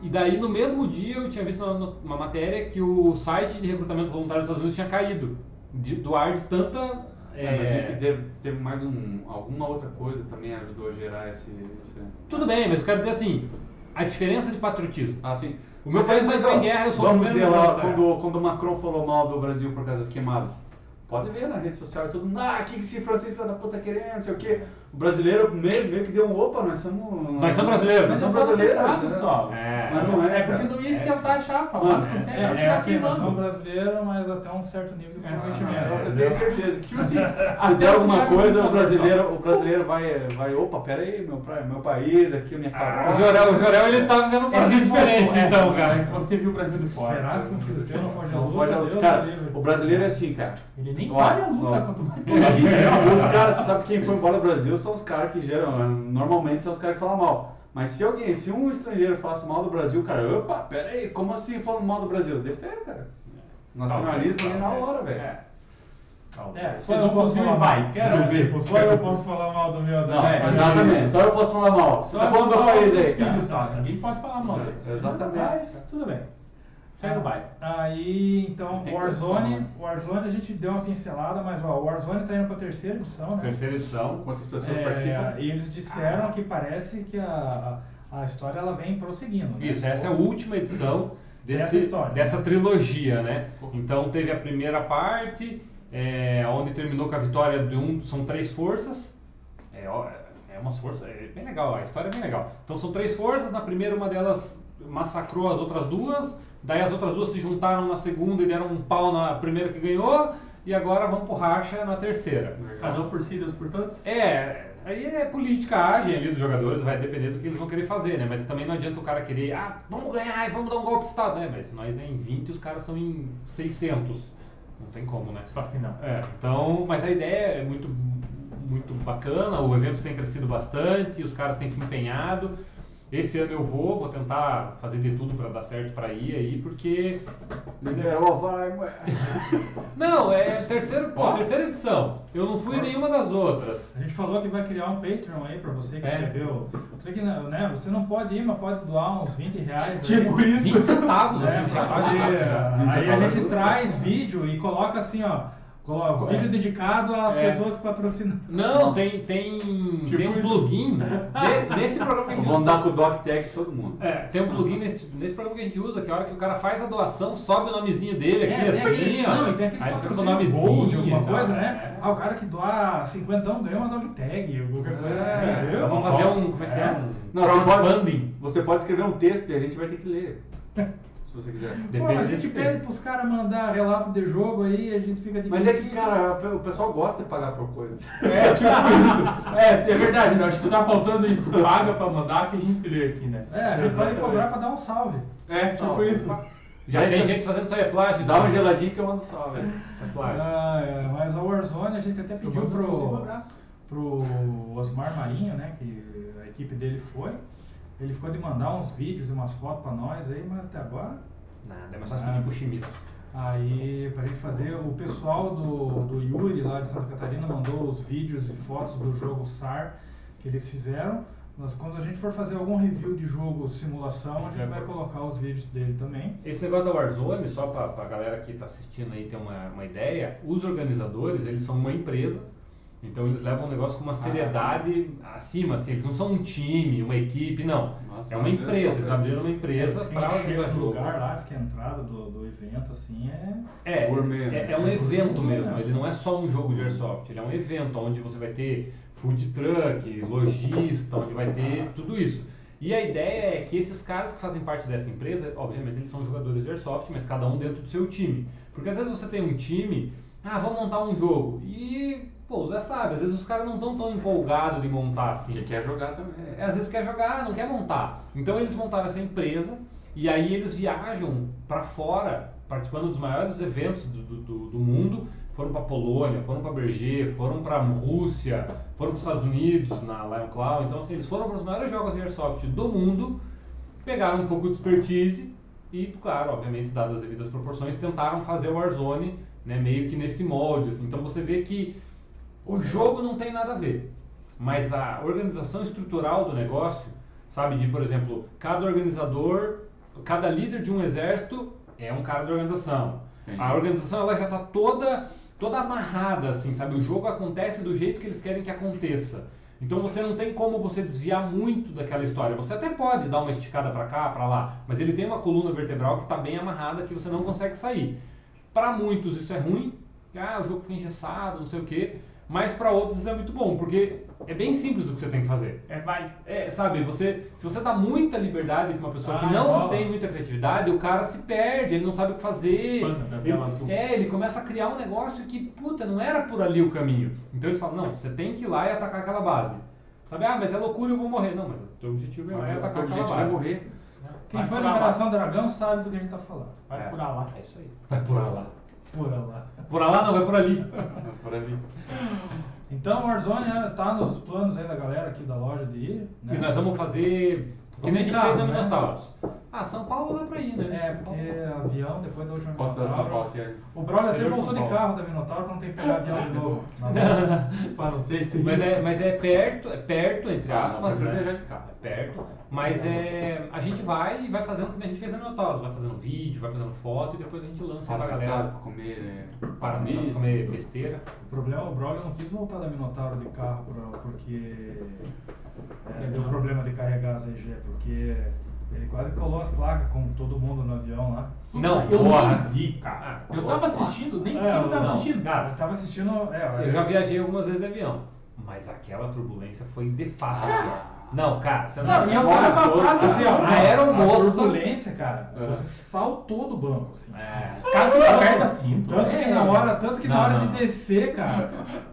[SPEAKER 1] E daí no mesmo dia eu tinha visto uma, uma matéria que o site de recrutamento voluntário dos Estados Unidos tinha caído de- do ar de tanta...
[SPEAKER 4] É, mas
[SPEAKER 1] eh,
[SPEAKER 4] diz que teve, teve mais um. Alguma outra coisa também ajudou a gerar esse. esse...
[SPEAKER 1] Tudo bem, mas eu quero dizer assim, a diferença de patriotismo.
[SPEAKER 4] Ah, sim.
[SPEAKER 1] O meu
[SPEAKER 4] Mas é,
[SPEAKER 1] país vai
[SPEAKER 4] mas,
[SPEAKER 1] entrar
[SPEAKER 4] ó,
[SPEAKER 1] em guerra, eu sou o
[SPEAKER 4] Vamos
[SPEAKER 1] primeiro
[SPEAKER 4] dizer lá,
[SPEAKER 1] militar.
[SPEAKER 4] quando, quando o Macron falou mal do Brasil por causa das queimadas. Pode ver na rede social, todo mundo, ah, o que que esse francês filho da puta tá querendo, não sei o quê. O brasileiro meio, meio que deu um, opa, nós somos...
[SPEAKER 1] Nós somos brasileiros.
[SPEAKER 4] Nós
[SPEAKER 1] Mas
[SPEAKER 3] Mas é
[SPEAKER 4] somos
[SPEAKER 3] só no
[SPEAKER 4] brasileiros.
[SPEAKER 3] teclado
[SPEAKER 4] né?
[SPEAKER 3] só.
[SPEAKER 1] É,
[SPEAKER 4] mas não é,
[SPEAKER 3] É porque
[SPEAKER 4] cara.
[SPEAKER 3] não ia esquentar a chapa.
[SPEAKER 4] Mano,
[SPEAKER 3] Mas quando você
[SPEAKER 2] É,
[SPEAKER 3] ia
[SPEAKER 2] é
[SPEAKER 3] tirar
[SPEAKER 2] assim, nós somos
[SPEAKER 3] queimando.
[SPEAKER 2] brasileiros, mas até um certo nível de
[SPEAKER 3] É,
[SPEAKER 2] comprometimento.
[SPEAKER 4] Eu
[SPEAKER 2] entendeu?
[SPEAKER 4] tenho certeza que
[SPEAKER 3] Tipo assim,
[SPEAKER 4] se, se
[SPEAKER 3] até
[SPEAKER 4] der
[SPEAKER 3] esse
[SPEAKER 4] alguma
[SPEAKER 3] cara
[SPEAKER 4] coisa,
[SPEAKER 1] tá
[SPEAKER 3] nunca
[SPEAKER 4] o brasileiro, o brasileiro vai, vai, opa, pera aí, meu, pra- meu país, aqui a minha
[SPEAKER 1] Ah,
[SPEAKER 4] família.
[SPEAKER 1] o Jorel, o Jorel ele tá vivendo um Brasil
[SPEAKER 3] que
[SPEAKER 1] diferente,
[SPEAKER 3] bom, é,
[SPEAKER 1] então, cara.
[SPEAKER 3] Você viu o Brasil de fora.
[SPEAKER 2] Ferraz com tiroteio não foge à
[SPEAKER 4] Não
[SPEAKER 2] luta,
[SPEAKER 4] foge a
[SPEAKER 2] Deus
[SPEAKER 4] luta. Cara,
[SPEAKER 2] me livre.
[SPEAKER 4] o brasileiro é assim, cara.
[SPEAKER 3] Ele nem
[SPEAKER 4] Ó,
[SPEAKER 3] vale a luta
[SPEAKER 4] ó.
[SPEAKER 3] quanto mais.
[SPEAKER 4] Os caras, você sabe quem foi embora do Brasil são os caras que geram, normalmente são os caras que falam mal. Mas se alguém, se um estrangeiro fala mal do Brasil, cara, opa, pera aí, como assim falando mal do Brasil? Defende, cara. Nacionalismo ali na hora, velho.
[SPEAKER 3] É.
[SPEAKER 2] Talvez.
[SPEAKER 3] Só eu posso falar mal. Quero ver. pô, Só eu posso falar mal do meu
[SPEAKER 4] Não,
[SPEAKER 3] André.
[SPEAKER 4] exatamente. Só eu posso falar mal. Você
[SPEAKER 3] Só
[SPEAKER 4] tá
[SPEAKER 3] eu
[SPEAKER 4] falando
[SPEAKER 3] posso
[SPEAKER 4] do
[SPEAKER 3] falar
[SPEAKER 4] país
[SPEAKER 3] dos
[SPEAKER 4] aí, cara.
[SPEAKER 3] filhos, só. Ninguém pode falar mal deles.
[SPEAKER 4] Exatamente.
[SPEAKER 3] Mas tudo bem. Segue o baile.
[SPEAKER 2] Aí, então,
[SPEAKER 4] Tem coisa né?
[SPEAKER 2] Warzone,
[SPEAKER 4] pra
[SPEAKER 2] Warzone a gente deu uma pincelada, mas ó, Warzone tá indo pra terceira edição, né?
[SPEAKER 1] Terceira edição.
[SPEAKER 4] Quantas pessoas
[SPEAKER 2] É,
[SPEAKER 4] participam?
[SPEAKER 2] E eles disseram que parece que a, a a história ela vem prosseguindo. né?
[SPEAKER 1] Isso, essa é a última edição desse-
[SPEAKER 2] Dessa história.
[SPEAKER 1] dessa trilogia, né? Então teve a primeira parte, é, onde terminou com a vitória de um. São três forças. É, ó, é umas forças. É bem legal, a história é bem legal. Então são três forças, na primeira uma delas massacrou as outras duas, daí as outras duas se juntaram na segunda e deram um pau na primeira que ganhou, e agora vão pro racha na terceira. Então,
[SPEAKER 3] Cada um por si, Deus por todos.
[SPEAKER 1] É, aí é política agem ali dos jogadores, vai depender do que eles vão querer fazer, né? Mas também não adianta o cara querer, ah, vamos ganhar e vamos dar um golpe de Estado, né? Mas nós é em 20 e os caras são em 600. Não tem como, né?
[SPEAKER 3] Só que não.
[SPEAKER 1] É, então, mas a ideia é muito, muito bacana, o evento tem crescido bastante, os caras têm se empenhado. Esse ano eu vou, vou tentar fazer de tudo para dar certo para ir aí, porque
[SPEAKER 4] Liberou, vai, ué.
[SPEAKER 1] não, é terceiro, pô,
[SPEAKER 4] Ó.
[SPEAKER 1] terceira edição. Eu não fui em nenhuma das outras.
[SPEAKER 2] A gente falou que vai criar um Patreon aí pra você que
[SPEAKER 1] É.
[SPEAKER 2] quer ver o... Você que não, né? Você não pode ir, mas pode doar uns 20 reais.
[SPEAKER 3] Tipo
[SPEAKER 2] aí.
[SPEAKER 1] 20
[SPEAKER 3] isso.
[SPEAKER 1] centavos,
[SPEAKER 2] É,
[SPEAKER 1] assim, já tá
[SPEAKER 2] pode-
[SPEAKER 1] já.
[SPEAKER 2] aí a gente traz vídeo e coloca assim, ó. Coloca
[SPEAKER 1] É.
[SPEAKER 2] vídeo dedicado às
[SPEAKER 1] É.
[SPEAKER 2] pessoas que patrocinam.
[SPEAKER 1] Não, tem, tem,
[SPEAKER 4] Tipo
[SPEAKER 1] tem um
[SPEAKER 4] isso.
[SPEAKER 1] plugin de- nesse programa que a gente
[SPEAKER 4] Vamos
[SPEAKER 1] usa.
[SPEAKER 4] dar com o DocTech todo mundo.
[SPEAKER 1] É, tem um plugin nesse, nesse programa que a gente usa, que é a hora que o cara faz a doação, sobe o nomezinho dele aqui,
[SPEAKER 2] É, tem
[SPEAKER 1] assim,
[SPEAKER 2] aquele-
[SPEAKER 1] ó.
[SPEAKER 2] não, e tem aqueles
[SPEAKER 1] aí fica com o
[SPEAKER 2] patrocínio
[SPEAKER 1] nomezinho.
[SPEAKER 2] gold, alguma
[SPEAKER 1] e tal.
[SPEAKER 2] coisa, né? Ah, o cara que doar 50 ganha uma dog tag, qualquer coisa
[SPEAKER 4] É,
[SPEAKER 2] assim.
[SPEAKER 1] Então
[SPEAKER 2] entendeu?
[SPEAKER 1] vamos fazer um, como é que é? Um
[SPEAKER 4] Não, você pode,
[SPEAKER 1] crowdfunding.
[SPEAKER 4] você pode escrever um texto e a gente vai ter que ler. Se você quiser.
[SPEAKER 2] Pô, a
[SPEAKER 1] Depende
[SPEAKER 2] gente
[SPEAKER 1] desse
[SPEAKER 2] pede
[SPEAKER 1] tempo.
[SPEAKER 2] pros caras mandar relato de jogo aí, a gente fica de
[SPEAKER 4] Mas é que,
[SPEAKER 2] biquinho.
[SPEAKER 4] cara, o pessoal gosta de pagar por coisas.
[SPEAKER 3] É, tipo isso. É, é verdade, né? acho que tá faltando isso. Paga pra mandar que a gente lê aqui, né?
[SPEAKER 2] É, eles podem cobrar pra dar um salve.
[SPEAKER 3] É, tipo
[SPEAKER 4] Salve.
[SPEAKER 3] isso.
[SPEAKER 1] Já
[SPEAKER 4] Mas
[SPEAKER 1] tem
[SPEAKER 4] você-
[SPEAKER 1] gente fazendo isso aí, é plágio.
[SPEAKER 4] Dá
[SPEAKER 1] isso
[SPEAKER 4] uma
[SPEAKER 1] aí.
[SPEAKER 4] geladinha que eu mando salve.
[SPEAKER 1] Isso é plágio.
[SPEAKER 2] Ah, é, mas a Warzone a gente até
[SPEAKER 3] Eu
[SPEAKER 2] pediu
[SPEAKER 3] mando pra você um
[SPEAKER 2] pro,
[SPEAKER 3] abraço.
[SPEAKER 2] pro Osmar Marinho, né? Que a equipe dele foi. Ele ficou de mandar uns vídeos e umas fotos pra nós aí, mas até agora.
[SPEAKER 1] Nada, é mais fácil pedir pro Chimito.
[SPEAKER 2] Aí, pra gente fazer, o pessoal do, do Yuri lá de Santa Catarina mandou os vídeos e fotos do jogo SAR que eles fizeram. Nós, quando a gente for fazer algum review de jogo simulação, a gente vai colocar os vídeos dele também.
[SPEAKER 1] Esse negócio da Warzone, só pra, pra galera que tá assistindo aí ter uma, uma ideia, os organizadores, eles são uma empresa, então eles levam o negócio com
[SPEAKER 4] Ah.
[SPEAKER 1] uma seriedade acima, assim, eles não são um time, uma equipe, não.
[SPEAKER 4] Nossa,
[SPEAKER 1] é uma
[SPEAKER 4] olha só,
[SPEAKER 1] empresa, eles
[SPEAKER 4] cara.
[SPEAKER 1] abriram uma empresa
[SPEAKER 2] Diz que
[SPEAKER 1] pra
[SPEAKER 2] encher
[SPEAKER 1] organizar
[SPEAKER 2] o
[SPEAKER 1] jogo.
[SPEAKER 2] lugar lá, diz que a entrada do, do evento, assim, é...
[SPEAKER 1] É,
[SPEAKER 4] Gourmet, né?
[SPEAKER 1] é, é um evento
[SPEAKER 2] Gourmet.
[SPEAKER 1] mesmo, ele não é só um jogo de airsoft, ele é um evento onde você vai ter food truck, lojista, onde vai
[SPEAKER 4] Ah.
[SPEAKER 1] ter tudo isso. E a ideia é que esses caras que fazem parte dessa empresa, obviamente eles são jogadores de airsoft, mas cada um dentro do seu time. Porque às vezes você tem um time, ah, vamos montar um jogo, e, pô, Zé sabe, às vezes os caras não estão tão empolgados de montar assim.
[SPEAKER 4] Quem quer jogar também.
[SPEAKER 1] É, às vezes quer jogar, não quer montar. Então eles montaram essa empresa e aí eles viajam para fora, participando dos maiores eventos do, do- do- do mundo. Foram para Polônia, foram para Berger, foram para Rússia, foram para os Estados Unidos na Lion Claw. Então assim, eles foram para os maiores jogos de airsoft do mundo, pegaram um pouco de expertise e, claro, obviamente, dadas as devidas proporções, tentaram fazer o Warzone, né, meio que nesse molde. assim. Então você vê que o jogo não tem nada a ver, mas a organização estrutural do negócio, sabe, de, por exemplo, cada organizador, cada líder de um exército é um cara da organização.
[SPEAKER 4] Entendi.
[SPEAKER 1] A organização ela já está toda toda amarrada, assim, sabe? O jogo acontece do jeito que eles querem que aconteça. Então você não tem como você desviar muito daquela história. Você até pode dar uma esticada para cá, para lá, mas ele tem uma coluna vertebral que está bem amarrada que você não consegue sair. Para muitos isso é ruim, ah, o jogo fica engessado, não sei o quê, mas para outros isso é muito bom, porque é bem simples o que você tem que fazer.
[SPEAKER 3] É, vai.
[SPEAKER 1] É, sabe, você, se você dá muita liberdade para uma pessoa que
[SPEAKER 2] Ah,
[SPEAKER 1] não
[SPEAKER 2] ó.
[SPEAKER 1] tem muita criatividade, o cara se perde, ele não sabe o que fazer.
[SPEAKER 3] Se espanta, né, pelo assunto.
[SPEAKER 1] ele, é, ele começa a criar um negócio que, puta, não era por ali o caminho. Então eles falam, não, você tem que ir lá e atacar aquela base. Sabe, ah, mas é loucura, eu vou morrer. Não, mas o teu objetivo é lá e
[SPEAKER 4] Mas
[SPEAKER 1] atacar aquela
[SPEAKER 4] o objetivo é
[SPEAKER 1] base.
[SPEAKER 4] morrer.
[SPEAKER 2] Quem
[SPEAKER 3] Vai
[SPEAKER 2] foi
[SPEAKER 3] pra
[SPEAKER 2] na
[SPEAKER 3] lá.
[SPEAKER 2] Operação Dragão sabe do que a gente tá falando.
[SPEAKER 3] Vai
[SPEAKER 4] É.
[SPEAKER 3] por lá.
[SPEAKER 1] É isso aí. Vai por lá.
[SPEAKER 2] Por lá.
[SPEAKER 1] Por lá não, vai por ali.
[SPEAKER 4] É, Por ali.
[SPEAKER 2] Então, Warzone né, tá nos planos aí da galera aqui da loja de ir. né?
[SPEAKER 1] E nós vamos fazer. Que nem a gente
[SPEAKER 2] Combinado,
[SPEAKER 1] fez na
[SPEAKER 2] né?
[SPEAKER 1] Minotaurus. Ah, São Paulo dá pra ir, né?
[SPEAKER 2] É, porque avião, depois da última
[SPEAKER 4] Qual cidade de São Paulo que
[SPEAKER 2] Minotauro.
[SPEAKER 4] é?
[SPEAKER 2] O Braulio até
[SPEAKER 4] Interior de
[SPEAKER 2] voltou
[SPEAKER 4] São
[SPEAKER 2] de
[SPEAKER 4] Paulo.
[SPEAKER 2] carro da Minotauro pra não ter que pegar avião de novo. Na volta.
[SPEAKER 3] Pra não ter esse
[SPEAKER 1] Mas
[SPEAKER 3] risco.
[SPEAKER 1] é, mas é perto, é perto, entre
[SPEAKER 4] Ah, não,
[SPEAKER 1] aspas,
[SPEAKER 4] prefiro
[SPEAKER 1] né?
[SPEAKER 4] viajar de carro.
[SPEAKER 1] É perto, mas é, a gente vai e vai fazendo como a gente fez na Minotaurus, vai fazendo vídeo, vai fazendo foto e depois a gente lança aí
[SPEAKER 4] Para
[SPEAKER 1] pra
[SPEAKER 4] pra estrada,
[SPEAKER 1] galera
[SPEAKER 4] pra comer, né?
[SPEAKER 1] para de comer besteira.
[SPEAKER 2] O problema é o Braulio não quis voltar da Minotauro de carro pra- porque é, deu problema de carregar as EG, porque ele quase colou as placas como todo mundo no avião lá.
[SPEAKER 1] Não,
[SPEAKER 3] eu
[SPEAKER 1] Então, porra.
[SPEAKER 3] não vi, cara.
[SPEAKER 1] Ah,
[SPEAKER 3] Eu tava assistindo, nem
[SPEAKER 2] É,
[SPEAKER 3] tudo eu tava
[SPEAKER 2] não.
[SPEAKER 3] assistindo.
[SPEAKER 2] Cara, eu tava assistindo. É,
[SPEAKER 1] Eu já viajei algumas vezes de avião, mas aquela turbulência foi de fato.
[SPEAKER 4] Ah.
[SPEAKER 1] Não, cara, você não.
[SPEAKER 3] Não, e eu
[SPEAKER 4] Agora
[SPEAKER 3] tava
[SPEAKER 4] todos,
[SPEAKER 3] quase
[SPEAKER 4] assim,
[SPEAKER 2] é
[SPEAKER 3] assim,
[SPEAKER 1] ó, a aeromoça-
[SPEAKER 2] A turbulência, cara,
[SPEAKER 4] É.
[SPEAKER 2] você saltou do banco, assim.
[SPEAKER 1] É,
[SPEAKER 3] Os caras tudo aperta cinto. é.
[SPEAKER 2] Tanto que na hora, tanto que
[SPEAKER 1] Não,
[SPEAKER 2] na hora
[SPEAKER 1] não.
[SPEAKER 2] de descer, cara,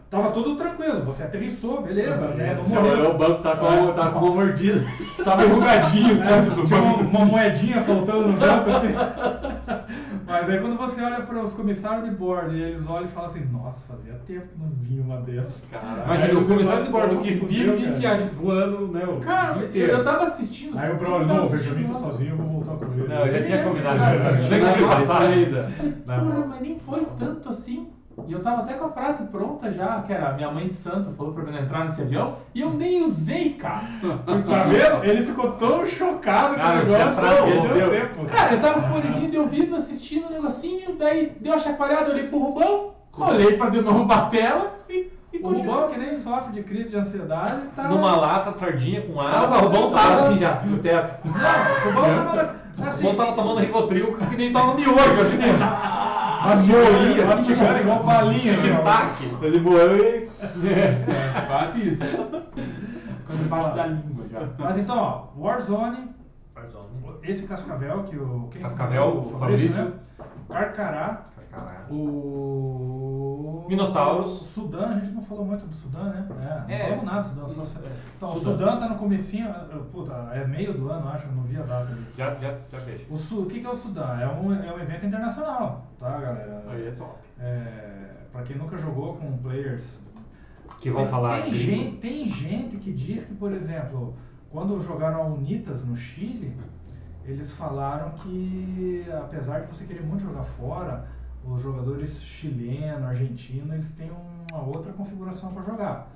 [SPEAKER 2] tava tudo tranquilo. Você aterrissou, beleza, né? Não
[SPEAKER 4] Você
[SPEAKER 2] morreu.
[SPEAKER 4] olhou o banco, tá com, uma- tá com uma mordida. Tá
[SPEAKER 3] Tava enrugadinho o
[SPEAKER 4] assim,
[SPEAKER 3] centro
[SPEAKER 4] tipo,
[SPEAKER 3] do
[SPEAKER 2] Tinha uma,
[SPEAKER 3] banco.
[SPEAKER 1] assim.
[SPEAKER 4] um-
[SPEAKER 2] uma moedinha faltando no banco. Assim. Mas aí quando você olha para os comissários de bordo e eles olham e falam assim, nossa, fazia tempo que não vinha uma dessas.
[SPEAKER 4] Caralho.
[SPEAKER 1] Mas
[SPEAKER 2] Aí
[SPEAKER 1] o
[SPEAKER 2] eu
[SPEAKER 1] comissário
[SPEAKER 2] fui
[SPEAKER 1] de bordo que
[SPEAKER 2] fudeu,
[SPEAKER 1] vira e
[SPEAKER 2] cara.
[SPEAKER 1] viaja voando, né? o
[SPEAKER 3] Cara,
[SPEAKER 1] dia
[SPEAKER 3] eu,
[SPEAKER 1] inteiro.
[SPEAKER 3] eu tava assistindo.
[SPEAKER 2] Aí o
[SPEAKER 3] tudo
[SPEAKER 2] Braulio,
[SPEAKER 3] que eu
[SPEAKER 2] não,
[SPEAKER 3] tava
[SPEAKER 2] Benjamin tá
[SPEAKER 3] assistindo.
[SPEAKER 2] sozinho, eu vou voltar com ele. é assim,
[SPEAKER 1] Não, eu já tinha combinado.
[SPEAKER 3] Tá
[SPEAKER 1] cara.
[SPEAKER 3] assistindo
[SPEAKER 1] Chega
[SPEAKER 4] na
[SPEAKER 1] de passar.
[SPEAKER 4] saída.
[SPEAKER 1] Na-
[SPEAKER 3] Porra, mas nem foi tanto assim. E eu tava até com a frase pronta já, que era minha mãe de santo falou pra mim não entrar nesse avião, e eu nem usei, cara.
[SPEAKER 2] Tá vendo? Ele ficou tão chocado
[SPEAKER 1] Cara, é
[SPEAKER 2] com o
[SPEAKER 1] você
[SPEAKER 2] negócio.
[SPEAKER 1] atrasou.
[SPEAKER 2] deu tempo.
[SPEAKER 3] Cara, eu tava com o fonezinho de ouvido assistindo o negocinho, daí deu a chacoalhada, olhei pro Rubão, olhei pra de novo pra tela e, e
[SPEAKER 2] O Rubão que nem sofre de crise de ansiedade, tá...
[SPEAKER 1] Numa lata de sardinha com asa, um
[SPEAKER 3] Nossa,
[SPEAKER 1] o Rubão
[SPEAKER 3] tava
[SPEAKER 1] tava
[SPEAKER 3] assim já.
[SPEAKER 4] No teto.
[SPEAKER 2] Não,
[SPEAKER 3] é
[SPEAKER 2] o
[SPEAKER 3] um
[SPEAKER 2] Rubão tava...
[SPEAKER 1] O
[SPEAKER 2] Assim,
[SPEAKER 1] Rubão tava tomando Rivotril que nem tava miojo, assim.
[SPEAKER 2] mastigando, mastigando
[SPEAKER 1] né?
[SPEAKER 2] igual balinha. tá.
[SPEAKER 1] Tic-tac.
[SPEAKER 4] Ele morreu e. É,
[SPEAKER 3] Quase isso. Quando embaixo da língua já.
[SPEAKER 2] Mas então, ó, Warzone, esse Cascavel que o... Quem
[SPEAKER 1] Cascavel, o Fabrício.
[SPEAKER 2] né? Carcará,
[SPEAKER 1] Caralho.
[SPEAKER 2] o...
[SPEAKER 1] Minotauros.
[SPEAKER 2] O Sudã, a gente não falou muito do Sudã, né? É, não
[SPEAKER 1] É.
[SPEAKER 2] falamos nada do Sudã. só- Então, o
[SPEAKER 1] Sudã.
[SPEAKER 2] Sudã tá no comecinho, eh, puta, é meio do ano, acho, eu não vi a data ali.
[SPEAKER 1] Já, já, já vejo.
[SPEAKER 2] O, Su- o que, que é o Sudã? É um, é um evento internacional, tá, galera?
[SPEAKER 4] Aí é top.
[SPEAKER 2] É, pra quem nunca jogou com players.
[SPEAKER 1] Que vão
[SPEAKER 2] Tem-
[SPEAKER 1] falar.
[SPEAKER 2] Tem
[SPEAKER 1] gringo.
[SPEAKER 2] gente, tem gente que diz que, por exemplo, quando jogaram a Unitas no Chile, eles falaram que, apesar de você querer muito jogar fora, os jogadores chileno, argentino, eles têm uma outra configuração pra jogar.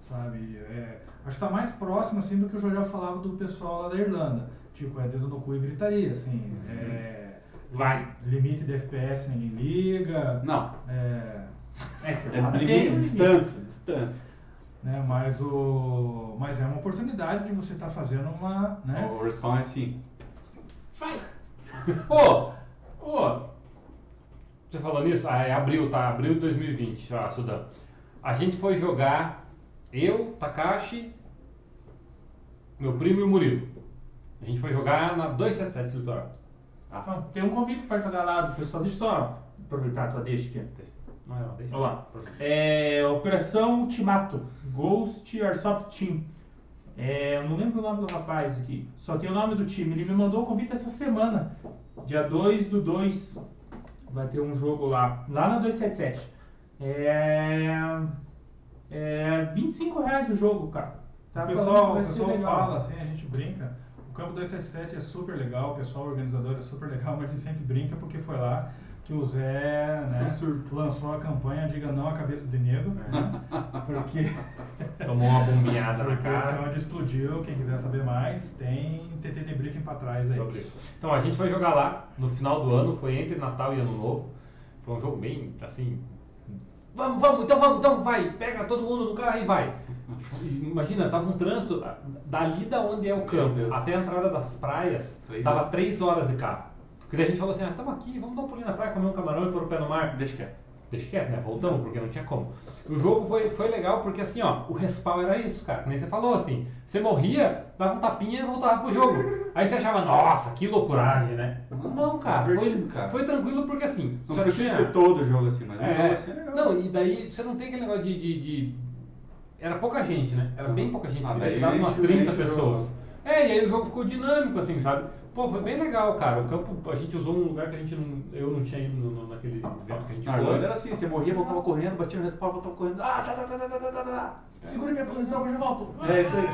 [SPEAKER 2] Sabe? É, acho que tá mais próximo assim, do que o Jorel falava do pessoal lá da Irlanda. Tipo, é dedo no cu e gritaria, assim. é,
[SPEAKER 3] Vai.
[SPEAKER 2] limite de FPS ninguém liga.
[SPEAKER 4] Não,
[SPEAKER 2] É,
[SPEAKER 3] É, que
[SPEAKER 4] é
[SPEAKER 3] lá tem
[SPEAKER 4] limite,
[SPEAKER 3] um limite.
[SPEAKER 4] distância, distância.
[SPEAKER 2] né, mas, o, mas é uma oportunidade de você estar fazendo uma. Né,
[SPEAKER 4] O respawn é assim.
[SPEAKER 3] Vai.
[SPEAKER 1] Ô! Ô! Você falou nisso? Ah, é abril, tá? Abril de 2020, ah, Sudã. A gente foi jogar, eu, Takashi, meu primo e o Murilo. A gente foi jogar na 277 Litoral.
[SPEAKER 3] Então, tem um convite pra jogar lá do pessoal do Store. Aproveitar a tua deixa aqui.
[SPEAKER 1] Não é, não, deixa.
[SPEAKER 3] Vamos lá. É, Operação Ultimato, Ghost Airsoft Team. É, eu não lembro o nome do rapaz aqui, só tem o nome do time. Ele me mandou o convite essa semana, dia 2 do 2. Vai ter um jogo lá, lá na 277. É, é 25 reais o jogo, cara. Tá
[SPEAKER 2] o
[SPEAKER 3] falando que
[SPEAKER 2] pessoal, o
[SPEAKER 3] vai ser
[SPEAKER 2] pessoal
[SPEAKER 3] legal.
[SPEAKER 2] fala, assim, a gente brinca. O campo 277 é super legal, o pessoal organizador é super legal, mas a gente sempre brinca porque foi lá que o Zé né, lançou a campanha Diga Não à Cabeça de Negro, né, porque.
[SPEAKER 1] Tomou uma bombinhada na
[SPEAKER 2] Porque foi
[SPEAKER 1] cara.
[SPEAKER 2] onde explodiu, quem quiser saber mais, tem TT Debriefing pra trás aí.
[SPEAKER 1] sobre isso. Então a gente foi jogar lá no final do ano, foi entre Natal e Ano Novo. Foi um jogo bem assim. Vamos, vamos, então vamos, então vai, pega todo mundo no carro e vai. E Imagina, tava um trânsito a- dali da onde é o campo
[SPEAKER 4] Deus.
[SPEAKER 1] até a entrada das praias,
[SPEAKER 4] Três
[SPEAKER 1] tava
[SPEAKER 4] horas.
[SPEAKER 1] três horas de carro. Porque daí a gente falou assim, ah, estamos aqui, vamos dar um pulinho na praia, comer um camarão e pôr o pé no mar.
[SPEAKER 4] Deixa quieto.
[SPEAKER 1] Deixa quieto, né? Voltamos, porque não tinha como. O jogo foi, foi legal porque assim, ó, o respawn era isso, cara. que Nem você falou assim. Você morria, dava um tapinha e voltava pro jogo. Aí você achava, nossa, que loucuragem, né? Não, cara. Foi,
[SPEAKER 4] Divertido, cara.
[SPEAKER 1] foi tranquilo porque assim.
[SPEAKER 4] Não
[SPEAKER 1] só
[SPEAKER 4] precisa
[SPEAKER 1] tinha-
[SPEAKER 4] ser todo jogo assim, mas um jogo
[SPEAKER 1] é,
[SPEAKER 4] assim é legal.
[SPEAKER 1] não, e daí você não tem aquele negócio de. de- de- Era pouca gente, né? Era
[SPEAKER 4] Uhum.
[SPEAKER 1] bem pouca gente,
[SPEAKER 4] Ah,
[SPEAKER 1] devia
[SPEAKER 4] daí
[SPEAKER 1] ter dado umas
[SPEAKER 4] enche-
[SPEAKER 1] 30
[SPEAKER 4] enche o jogo.
[SPEAKER 1] pessoas. É, e aí o jogo ficou dinâmico, assim, sabe? Pô, foi bem legal, cara. O campo, a gente usou um lugar que a gente não, eu não tinha ido no- no- naquele evento que a gente
[SPEAKER 4] Na
[SPEAKER 1] foi.
[SPEAKER 4] Irlanda era assim, você morria, voltava correndo, batia no respaldo, voltava correndo. Ah, tá, tá, tá, tá, tá, tá, tá.
[SPEAKER 3] "É, Segura minha posição que eu já volto.
[SPEAKER 4] É isso aí.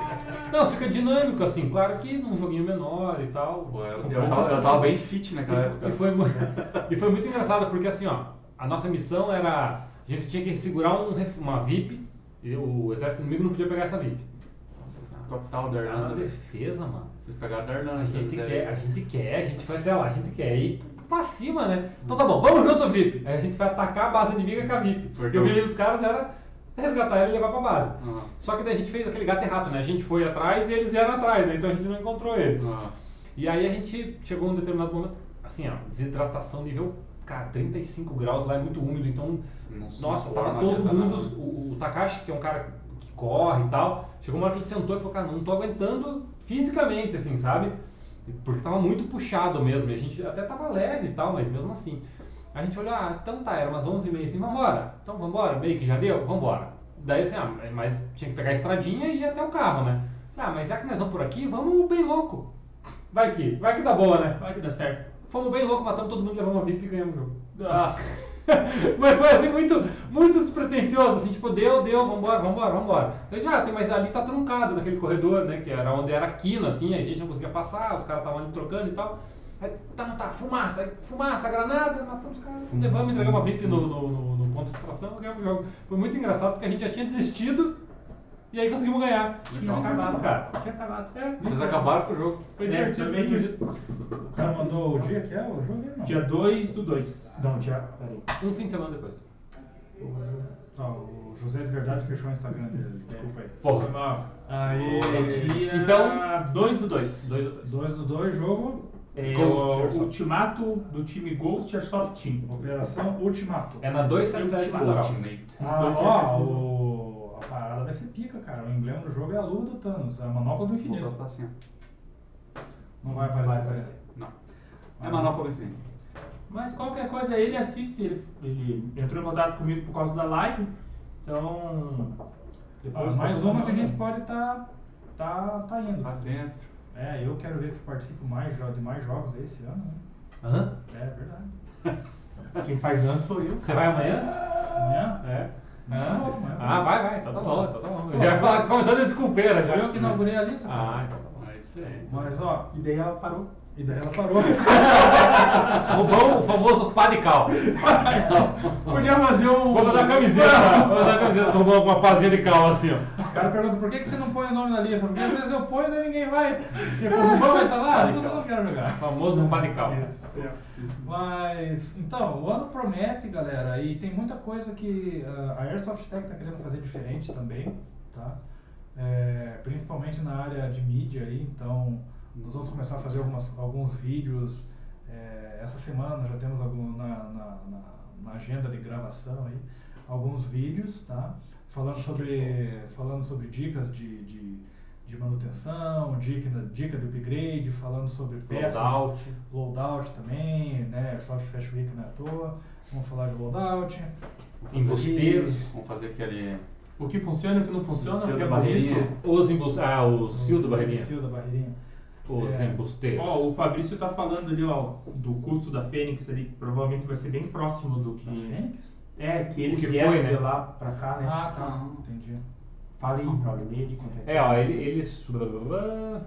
[SPEAKER 1] Não, fica dinâmico, assim. Claro que num joguinho menor e tal.
[SPEAKER 4] Pô, eu,
[SPEAKER 1] Comprou
[SPEAKER 4] eu tava, eu
[SPEAKER 1] bastante.
[SPEAKER 4] tava bem fit naquela
[SPEAKER 1] E
[SPEAKER 4] época.
[SPEAKER 1] foi, mu- e foi muito engraçado, porque assim, ó, a nossa missão era. A gente tinha que segurar um ref- uma VIP e o exército inimigo não podia pegar essa VIP.
[SPEAKER 4] Total da
[SPEAKER 1] Era na
[SPEAKER 4] Irlanda.
[SPEAKER 1] defesa, mano.
[SPEAKER 4] Vocês pegaram da Irlanda.
[SPEAKER 1] A gente
[SPEAKER 4] vocês
[SPEAKER 1] quer,
[SPEAKER 4] deram.
[SPEAKER 1] a gente quer, a gente vai até lá, a gente quer ir pra cima, né? Então tá bom, vamos junto, VIP. Aí a gente vai atacar a base inimiga com a VIP.
[SPEAKER 4] Perdeu.
[SPEAKER 1] E o vídeo dos caras era resgatar ela e levar pra base.
[SPEAKER 4] Ah,
[SPEAKER 1] Só que daí a gente fez aquele gato e rato, né? A gente foi atrás e eles vieram atrás, né? Então a gente não encontrou eles.
[SPEAKER 4] ah.
[SPEAKER 1] E aí a gente chegou num determinado momento, assim, ó, desidratação nível, cara, 35 graus, lá é muito úmido, então,
[SPEAKER 4] Não se
[SPEAKER 1] nossa,
[SPEAKER 4] escola,
[SPEAKER 1] tava
[SPEAKER 4] não
[SPEAKER 1] todo
[SPEAKER 4] adianta
[SPEAKER 1] mundo,
[SPEAKER 4] nada. né?
[SPEAKER 1] o, o Takashi, que é um cara que corre e tal, chegou uma hora que ele sentou e falou, cara, não tô aguentando fisicamente, assim, sabe? Porque tava muito puxado mesmo, e a gente até tava leve e tal, mas mesmo assim. A gente olhou, ah, então tá, era umas 11h30, assim, vambora, então vambora, meio que já deu, vambora. Daí assim, ah, mas tinha que pegar a estradinha e ir até o carro, né? Ah, mas já que nós vamos por aqui, vamos bem louco. Vai que, vai que dá boa, né?
[SPEAKER 3] Vai que dá certo.
[SPEAKER 1] Fomos bem louco, matamos todo mundo, levamos uma VIP e ganhamos o jogo. Ah. mas foi assim, muito, muito despretensioso, assim, tipo, deu, deu, vambora, vambora, vambora. Eu disse, ah, tem, mas ali tá truncado naquele corredor, né, que era onde era a quina, assim, a gente não conseguia passar, os caras estavam ali trocando e tal. Aí, tá, tá, fumaça, aí, fumaça, granada, matamos os caras, levamos, entregamos a VIP no, no, no- no ponto de extração, ganhamos o jogo. Foi muito engraçado, porque a gente já tinha desistido, e aí conseguimos ganhar. Tinha
[SPEAKER 4] Legal.
[SPEAKER 1] acabado, cara.
[SPEAKER 3] Tinha acabado. É.
[SPEAKER 4] Vocês acabaram com o jogo.
[SPEAKER 1] Foi
[SPEAKER 3] É,
[SPEAKER 1] divertido,
[SPEAKER 3] também
[SPEAKER 1] foi divertido.
[SPEAKER 2] O cara mandou o dia que é o jogo? Não.
[SPEAKER 3] Dia 2 do 2. Não, dia. Peraí.
[SPEAKER 1] Um fim de semana depois.
[SPEAKER 2] Ó, o José de Verdade fechou o Instagram dele, desculpa aí.
[SPEAKER 1] Porra.
[SPEAKER 2] Aí,
[SPEAKER 3] É dia.
[SPEAKER 1] Então-
[SPEAKER 3] 2 do 2.
[SPEAKER 1] Dois, dois.
[SPEAKER 2] 2 do 2, jogo,
[SPEAKER 3] É
[SPEAKER 1] Ghost
[SPEAKER 3] o
[SPEAKER 1] Airsoft.
[SPEAKER 3] ultimato do time Ghost Airsoft Team.
[SPEAKER 2] Operação Ultimato.
[SPEAKER 1] É na 277 do Doral.
[SPEAKER 4] Ultimate.
[SPEAKER 2] Ah,
[SPEAKER 3] Dois, seis, seis,
[SPEAKER 2] ó, o- a parada vai ser pica, cara. O emblema do jogo é a luva do Thanos, a manopla do
[SPEAKER 4] Esse botão
[SPEAKER 2] infinito.
[SPEAKER 4] tá assim, ó.
[SPEAKER 2] Não vai aparecer.
[SPEAKER 3] Vai
[SPEAKER 2] né?
[SPEAKER 3] aparecer.
[SPEAKER 4] Não. É manopla do infinito.
[SPEAKER 3] Mas qualquer coisa ele assiste, ele, ele entrou em contato comigo por causa da live. Então.
[SPEAKER 2] Ó,
[SPEAKER 3] Depois
[SPEAKER 2] mais
[SPEAKER 3] posso
[SPEAKER 2] uma que
[SPEAKER 3] mandar.
[SPEAKER 2] a gente pode tá, tá, tá indo.
[SPEAKER 4] Tá dentro.
[SPEAKER 2] É, eu quero ver se participo mais jo- de mais jogos aí esse ano. né?
[SPEAKER 1] Aham.
[SPEAKER 2] É verdade.
[SPEAKER 3] Quem faz antes sou eu.
[SPEAKER 1] Você vai amanhã?
[SPEAKER 2] Amanhã?
[SPEAKER 1] É.
[SPEAKER 2] Não,
[SPEAKER 1] Ah,
[SPEAKER 2] amanhã.
[SPEAKER 1] ah, vai, vai. Então tá bom, então tá bom. Eu já ia falar, começando a desculpeira já.
[SPEAKER 2] Foi eu que inaugurei a lista.
[SPEAKER 1] Né? Ah,
[SPEAKER 2] cara.
[SPEAKER 1] então tá bom.
[SPEAKER 4] É isso aí.
[SPEAKER 2] Mas ó,
[SPEAKER 3] E daí ela parou.
[SPEAKER 2] e daí ela parou.
[SPEAKER 1] Roubão, o famoso padical.
[SPEAKER 3] Podia fazer um.
[SPEAKER 1] Vou fazer a camiseta. Vou fazer a camiseta. Roubão com uma pazinha de cal assim, ó.
[SPEAKER 2] O cara pergunta por que, que você não põe o nome na lista? Porque às vezes eu ponho e ninguém vai. Tipo, o Rubão vai estar lá, então eu não quero jogar.
[SPEAKER 1] Famoso padical.
[SPEAKER 2] Isso. Mas, então, o ano promete, galera, e tem muita coisa que ah, a Airsoft Tech está querendo fazer diferente também, tá? É, principalmente na área de mídia aí, então nós vamos começar a fazer algumas, alguns vídeos. é, essa semana nós já temos algum, na, na- na- na agenda de gravação aí, alguns vídeos, tá? Falando sobre, falando sobre dicas de, de, de manutenção, dica, dica de upgrade, falando sobre peças.
[SPEAKER 1] Loadout.
[SPEAKER 2] Loadout também, né? Soft Fast Week não é à toa. Vamos falar de loadout.
[SPEAKER 1] Embusteiros.
[SPEAKER 4] Vamos fazer aquele.
[SPEAKER 3] O que funciona, o que não funciona,
[SPEAKER 4] Seu
[SPEAKER 3] o que é
[SPEAKER 4] da barreirinha.
[SPEAKER 3] bonito.
[SPEAKER 1] Os embus... Ah, o Sil do Barreirinha.
[SPEAKER 2] Sil da Barreirinha.
[SPEAKER 1] Os
[SPEAKER 2] É.
[SPEAKER 1] embusteiros.
[SPEAKER 3] Ó, o Fabrício tá falando ali, ó, do custo da Fênix ali, que provavelmente vai ser bem próximo do
[SPEAKER 2] Da
[SPEAKER 3] que.
[SPEAKER 2] Fênix?
[SPEAKER 3] É, que eles
[SPEAKER 1] O que
[SPEAKER 3] vieram
[SPEAKER 1] foi, né?
[SPEAKER 3] de lá pra cá, né?
[SPEAKER 2] Ah, tá.
[SPEAKER 4] Ah.
[SPEAKER 2] Entendi.
[SPEAKER 3] Fala aí, Paulo, lê ali quanto que
[SPEAKER 1] É, ó, ele- eles. blá, blá, blá.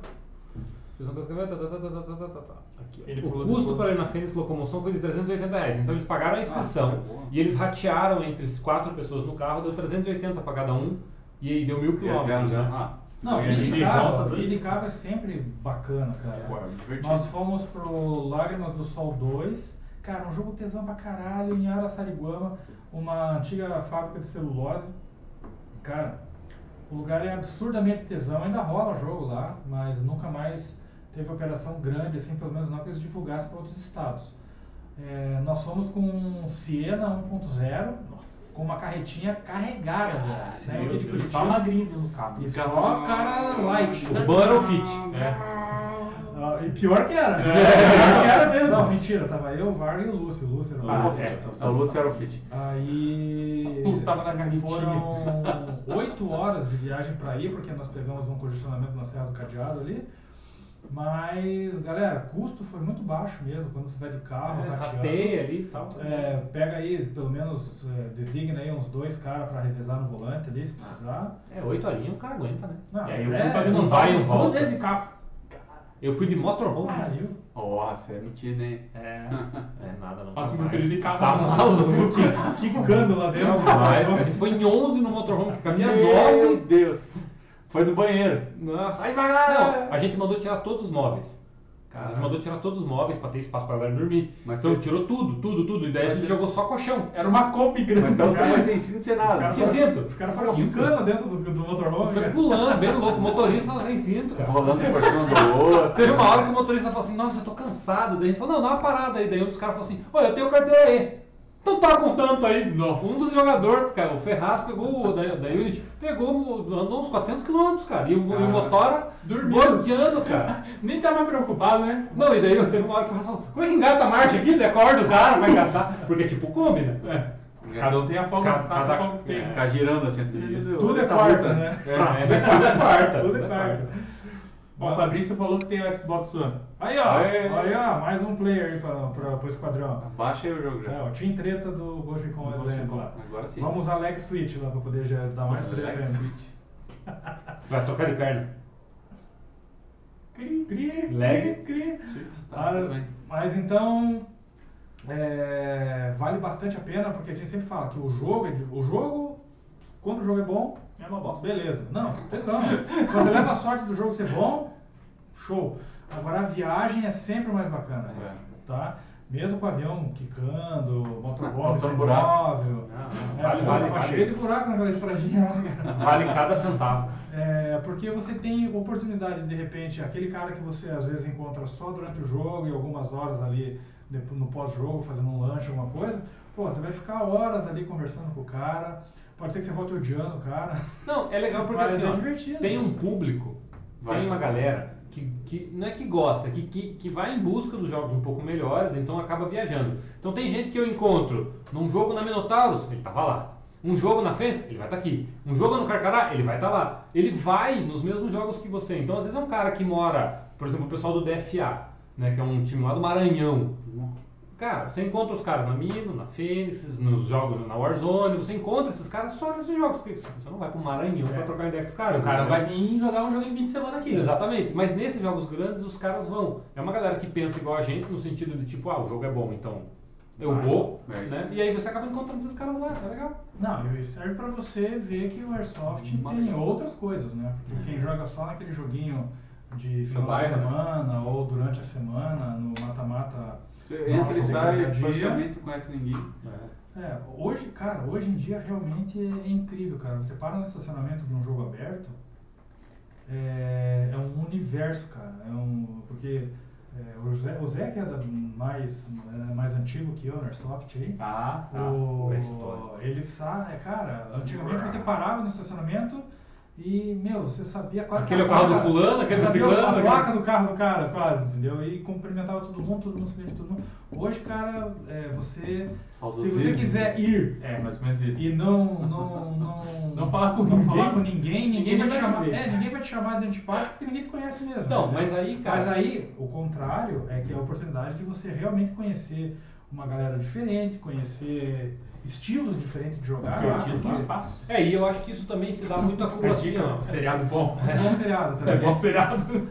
[SPEAKER 1] Eles vão colocar- tá, tá, tá, tá, tá, tá, tá, tá. Aqui, ó.
[SPEAKER 3] Ele
[SPEAKER 1] o
[SPEAKER 3] falou
[SPEAKER 1] custo
[SPEAKER 3] depois.
[SPEAKER 1] para ir na Fênix Locomoção foi de 380 reais. Então eles pagaram a inscrição
[SPEAKER 4] Ah, boa.
[SPEAKER 1] e eles ratearam entre as quatro pessoas no carro, deu 380 para cada um e aí deu mil quilômetros. né?
[SPEAKER 4] Ah,
[SPEAKER 2] Não,
[SPEAKER 4] ganhei.
[SPEAKER 2] ir de
[SPEAKER 3] ele- tá- assim, volta
[SPEAKER 2] carro,
[SPEAKER 3] dois.
[SPEAKER 2] ir de carro é sempre bacana, cara.
[SPEAKER 4] Pô, é divertido.
[SPEAKER 2] Nós fomos pro Lágrimas do Sol 2. Cara, um jogo tesão pra caralho em Araçariguama, uma antiga fábrica de celulose. Cara, o lugar é absurdamente tesão. Ainda rola jogo lá, mas nunca mais teve operação grande, assim, pelo menos não que eles divulgassem para outros estados. É, nós fomos com um Siena 1.0, com uma carretinha carregada, velho. Isso aí é o que de
[SPEAKER 3] Ele Né? só
[SPEAKER 2] Curitiba.
[SPEAKER 3] magrinho um no carro.
[SPEAKER 2] E só cara light.
[SPEAKER 1] O Rubão era o fit. É,
[SPEAKER 2] Ah, e pior que era. Pior que era mesmo. Não, mentira, tava eu, o Varga e o Lúcio. O Lúcio era o
[SPEAKER 3] Ah,
[SPEAKER 2] Lúcio.
[SPEAKER 3] é.
[SPEAKER 4] É o Lúcio era o fit.
[SPEAKER 2] Aí.
[SPEAKER 3] Lúcio tava na carretinha.
[SPEAKER 2] Foram 8 horas de viagem pra ir, porque nós pegamos um congestionamento na Serra do Cadeado ali. Mas, galera, custo foi muito baixo mesmo quando você vai de carro,
[SPEAKER 1] É,
[SPEAKER 2] rateando.
[SPEAKER 1] rateia ali e tal.
[SPEAKER 2] tá É, pega aí, pelo menos, é, designa aí uns dois caras pra revezar no volante ali, se precisar.
[SPEAKER 1] É, oito horinhas o cara aguenta, né?
[SPEAKER 2] Não,
[SPEAKER 3] E aí eu
[SPEAKER 2] mas
[SPEAKER 3] fui
[SPEAKER 2] é-
[SPEAKER 3] pagando
[SPEAKER 1] não
[SPEAKER 3] uns
[SPEAKER 1] vai,
[SPEAKER 3] autos
[SPEAKER 1] volta.
[SPEAKER 3] duas vezes de carro.
[SPEAKER 1] Eu fui de motorhome.
[SPEAKER 3] Ah,
[SPEAKER 2] Brasil.
[SPEAKER 4] Nossa, é mentira, hein?
[SPEAKER 3] É.
[SPEAKER 1] É nada, não.
[SPEAKER 3] Faço
[SPEAKER 1] tá
[SPEAKER 3] meu
[SPEAKER 1] mais.
[SPEAKER 3] período de carro.
[SPEAKER 1] Tá maluco?
[SPEAKER 2] Tá Quicando lá dentro.
[SPEAKER 1] Não, mais, cara. A gente foi em 11 no motorhome, que caminha
[SPEAKER 4] Meu
[SPEAKER 1] 9.
[SPEAKER 4] Deus. Foi no banheiro.
[SPEAKER 1] Nossa.
[SPEAKER 4] Aí vai lá. né?
[SPEAKER 1] Não, a gente mandou tirar todos os móveis. Cara, a gente
[SPEAKER 4] Caramba.
[SPEAKER 1] mandou tirar todos os móveis pra ter espaço pra galera dormir.
[SPEAKER 4] Mas
[SPEAKER 1] Então
[SPEAKER 4] você-
[SPEAKER 1] tirou tudo, tudo, tudo. E daí a
[SPEAKER 4] Mas
[SPEAKER 1] gente
[SPEAKER 4] você-
[SPEAKER 1] jogou só colchão.
[SPEAKER 3] Era uma Kombi grande.
[SPEAKER 4] Mas então você
[SPEAKER 3] cara.
[SPEAKER 4] foi sem cinto, sem nada.
[SPEAKER 2] Os
[SPEAKER 1] Se
[SPEAKER 2] caras-
[SPEAKER 1] cinto.
[SPEAKER 2] Os caras foram
[SPEAKER 1] Cinto.
[SPEAKER 2] quicando dentro do, do motorhome. né?
[SPEAKER 1] Foi
[SPEAKER 2] cara.
[SPEAKER 1] pulando, bem louco. O motorista não sem cinto, cara.
[SPEAKER 4] Tá Rolando por cima do outro.
[SPEAKER 1] Teve uma
[SPEAKER 3] É.
[SPEAKER 1] hora que o motorista falou assim, nossa, eu tô cansado. Daí a gente falou, não, dá uma parada aí. Daí um dos caras falou assim, ô, eu tenho carteira aí. Então tá com tanto aí.
[SPEAKER 3] Nossa.
[SPEAKER 1] Um dos jogadores, cara, o Ferraz pegou o da, da Unity, pegou, andou uns 400 km, cara. E o, e o
[SPEAKER 4] Ah.
[SPEAKER 1] motora
[SPEAKER 3] Dormiu.
[SPEAKER 1] bloqueando, cara.
[SPEAKER 3] Nem tava preocupado, né?
[SPEAKER 1] Não, e daí eu teve uma hora que o Ferraz falou, como é que engata a marcha aqui? Daí acorda o cara, vai engatar. Porque tipo, come, né?
[SPEAKER 3] Cada um tem a folga,
[SPEAKER 1] Cada-
[SPEAKER 3] cada,
[SPEAKER 1] cada-
[SPEAKER 3] folga que tem.
[SPEAKER 4] Ficar girando assim.
[SPEAKER 2] Tudo é quarta, né?
[SPEAKER 1] É, é, tudo é quarta.
[SPEAKER 2] Tudo é quarta.
[SPEAKER 3] Ó, o Fabrício falou que tem o Xbox One.
[SPEAKER 2] Aí, ó.
[SPEAKER 4] Aê.
[SPEAKER 2] Aí, ó. Mais um player aí pra, pra, pro esquadrão.
[SPEAKER 4] Baixa aí o jogo
[SPEAKER 2] É,
[SPEAKER 4] já.
[SPEAKER 2] o Team Treta do Ghost Recon Wildlands lá.
[SPEAKER 4] Agora sim.
[SPEAKER 2] Vamos usar Alex Switch lá pra poder já dar mais
[SPEAKER 4] Black
[SPEAKER 2] treta.
[SPEAKER 4] Switch.
[SPEAKER 1] Vai tocar de perna.
[SPEAKER 3] Cri, cri,
[SPEAKER 1] Leg.
[SPEAKER 3] cri, cri.
[SPEAKER 4] Switch,
[SPEAKER 2] Tá,
[SPEAKER 4] Tá, tudo bem.
[SPEAKER 2] mas então é, vale bastante a pena porque a gente sempre fala que o jogo, é de- o jogo, quando o jogo é bom,
[SPEAKER 3] É uma bosta.
[SPEAKER 2] beleza. Não, atenção. Você leva a sorte do jogo ser bom, show. Agora a viagem é sempre mais bacana,
[SPEAKER 4] É.
[SPEAKER 2] tá? Mesmo com o avião quicando, motorhome,
[SPEAKER 4] Passando
[SPEAKER 2] sem
[SPEAKER 4] buraco.
[SPEAKER 2] móvel.
[SPEAKER 4] Ah,
[SPEAKER 2] É,
[SPEAKER 1] Vale,
[SPEAKER 2] pô,
[SPEAKER 1] vale,
[SPEAKER 2] tava
[SPEAKER 1] vale.
[SPEAKER 2] cheio de buraco naquela estradinha lá, cara.
[SPEAKER 1] Vale cada centavo.
[SPEAKER 2] É, porque você tem oportunidade, de repente, aquele cara que você às vezes encontra só durante o jogo e algumas horas ali depo- no pós-jogo, fazendo um lanche, alguma coisa, pô, você vai ficar horas ali conversando com o cara, pode ser que você volte odiando o cara.
[SPEAKER 1] Não, é legal porque
[SPEAKER 2] Mas
[SPEAKER 1] assim,
[SPEAKER 2] é
[SPEAKER 1] ó,
[SPEAKER 2] divertido. um
[SPEAKER 1] tem um público,
[SPEAKER 4] Vai.
[SPEAKER 1] tem uma galera que, que não é que gosta, que, que, que vai em busca dos jogos um pouco melhores, então acaba viajando. Então tem gente que eu encontro num jogo na Minotauros, ele tava lá. Um jogo na Fence, ele vai estar aqui. Um jogo no Carcará, ele vai estar lá. Ele vai nos mesmos jogos que você. Então, às vezes é um cara que mora, por exemplo, o pessoal do DFA, né, que é um time lá do Maranhão. Cara, você encontra os caras na Mino, na Fênix, nos jogos na Warzone, você encontra esses caras só nesses jogos, porque você não vai pro Maranhão pra trocar ideia com os caras.
[SPEAKER 3] É. O cara
[SPEAKER 1] entendeu?
[SPEAKER 3] vai vir jogar um jogo em 20 de semana aqui.
[SPEAKER 1] Exatamente, mas nesses jogos grandes os caras vão. É uma galera que pensa igual a gente, no sentido de tipo, ah, o jogo é bom, então eu vou,
[SPEAKER 4] é isso.
[SPEAKER 1] né? E aí você acaba encontrando esses caras lá, é legal.
[SPEAKER 2] Não, e serve pra você ver que o Airsoft
[SPEAKER 4] Uma
[SPEAKER 2] tem
[SPEAKER 4] legal.
[SPEAKER 2] outras coisas, né? Porque quem joga só naquele joguinho de final de
[SPEAKER 4] bairro, né?
[SPEAKER 2] semana ou durante a semana, no mata-mata.
[SPEAKER 4] Você entra e
[SPEAKER 2] Nossa,
[SPEAKER 4] sai,
[SPEAKER 2] dia.
[SPEAKER 4] praticamente não conhece ninguém.
[SPEAKER 2] É, hoje, cara, hoje em dia realmente é incrível, cara. Você para no estacionamento de um jogo aberto, é, é um universo, cara. É um, porque é, o, Zé, o Zé, que é da- mais, é, mais antigo que eu, no Airsoft aí,
[SPEAKER 4] Ah,
[SPEAKER 2] o,
[SPEAKER 1] é histórico.
[SPEAKER 2] ele sabe, cara,
[SPEAKER 1] Uhum.
[SPEAKER 2] antigamente você parava no estacionamento e, meu, você sabia quase
[SPEAKER 1] Aquele é
[SPEAKER 2] a
[SPEAKER 1] o carro do
[SPEAKER 2] placa-
[SPEAKER 1] fulano, aquele do
[SPEAKER 2] sabia
[SPEAKER 1] ciclano,
[SPEAKER 2] A
[SPEAKER 1] aquele-
[SPEAKER 2] placa do carro do cara, quase, entendeu? E cumprimentava todo mundo, todo mundo sabia de todo mundo. Hoje, cara, é, você. Se
[SPEAKER 4] Saudosismo.
[SPEAKER 2] você quiser ir
[SPEAKER 3] É, mais ou menos isso.
[SPEAKER 2] e não, não, não,
[SPEAKER 3] Não falar com
[SPEAKER 2] não
[SPEAKER 3] ninguém.
[SPEAKER 2] falar com ninguém, ninguém,
[SPEAKER 3] Ninguém
[SPEAKER 2] vai te
[SPEAKER 3] vai te
[SPEAKER 2] chamar,
[SPEAKER 3] ver.
[SPEAKER 2] é, ninguém vai te chamar de antipático porque ninguém te conhece mesmo.
[SPEAKER 1] Então,
[SPEAKER 2] entendeu?
[SPEAKER 1] mas aí, cara-
[SPEAKER 2] Mas aí, o contrário é que é a oportunidade de você realmente conhecer uma galera diferente, conhecer estilos diferentes de jogar.
[SPEAKER 3] Divertido, tem
[SPEAKER 2] Claro.
[SPEAKER 3] espaço.
[SPEAKER 1] É, e eu acho que isso também se dá muito a culpa
[SPEAKER 3] Fica a
[SPEAKER 1] assim,
[SPEAKER 3] dica, né?
[SPEAKER 1] ó.
[SPEAKER 3] seriado bom.
[SPEAKER 2] É bom seriado
[SPEAKER 3] É
[SPEAKER 2] também.
[SPEAKER 3] bom seriado.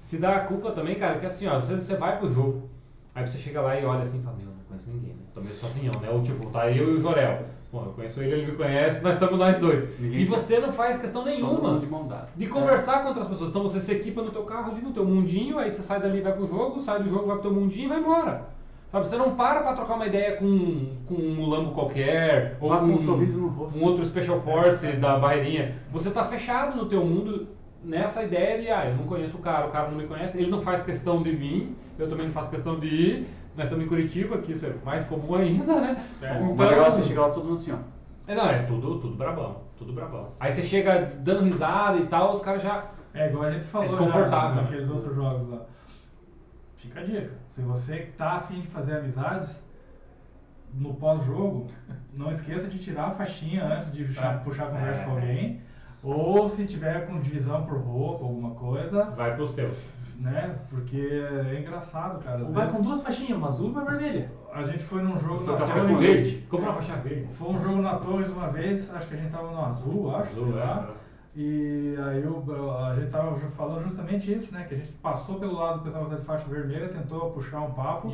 [SPEAKER 1] Se dá a culpa também, cara, que assim, ó, às vezes você vai pro jogo, aí você chega lá e olha assim e fala, meu, eu não conheço ninguém, né? Tô meio sozinhão, né? Ou tipo, tá eu e o Jorel. Bom, eu conheço ele, ele me conhece, nós estamos nós dois.
[SPEAKER 4] Ninguém
[SPEAKER 1] e
[SPEAKER 4] sabe.
[SPEAKER 1] você não faz questão
[SPEAKER 4] Todo
[SPEAKER 1] nenhuma
[SPEAKER 4] mundo de mão dada.
[SPEAKER 1] de conversar com outras pessoas. Então você se equipa no teu carro ali, no teu mundinho, aí você sai dali, vai pro jogo, sai do jogo, vai pro teu mundinho e vai embora. Sabe, você não para pra trocar uma ideia com, com um mulambo qualquer, ou
[SPEAKER 4] Vá com
[SPEAKER 1] com
[SPEAKER 4] um sorriso no rosto.
[SPEAKER 1] um outro Special Force da barreirinha. Você tá fechado no teu mundo nessa ideia de, ah, eu não conheço o cara, o cara não me conhece, ele não faz questão de vir, eu também não faço questão de ir. Nós estamos em Curitiba, que isso é mais comum ainda, né?
[SPEAKER 3] É,
[SPEAKER 4] O mais legal é você chegar lá todo mundo assim, ó.
[SPEAKER 1] É, não, é tudo, tudo brabão, tudo brabão. Aí você chega dando risada e tal, os caras já...
[SPEAKER 2] É igual a gente falou
[SPEAKER 1] É desconfortável,
[SPEAKER 2] já,
[SPEAKER 1] né?
[SPEAKER 2] naqueles outros jogos lá. Fica a dica. Se você tá afim de fazer amizades no pós-jogo, não esqueça de tirar a faixinha antes
[SPEAKER 1] Tá.
[SPEAKER 2] de puxar, puxar
[SPEAKER 1] É.
[SPEAKER 2] a conversa com alguém. Ou se tiver com divisão por roupa, alguma coisa,
[SPEAKER 1] Vai pros teus.
[SPEAKER 2] né? Porque é engraçado, cara. às
[SPEAKER 3] Ou Um vai
[SPEAKER 2] vezes.
[SPEAKER 3] com duas faixinhas, uma azul e uma vermelha.
[SPEAKER 2] A gente foi num jogo
[SPEAKER 4] Só
[SPEAKER 2] na
[SPEAKER 4] café tá com
[SPEAKER 2] Torres.
[SPEAKER 4] leite.
[SPEAKER 1] Comprar uma faixa verde.
[SPEAKER 2] Foi um jogo na Torres uma vez, acho que a gente tava no azul, acho, sei lá. E aí o- a gente tava ju- falando justamente isso, né? Que a gente passou pelo lado do pessoal de faixa vermelha, tentou puxar um papo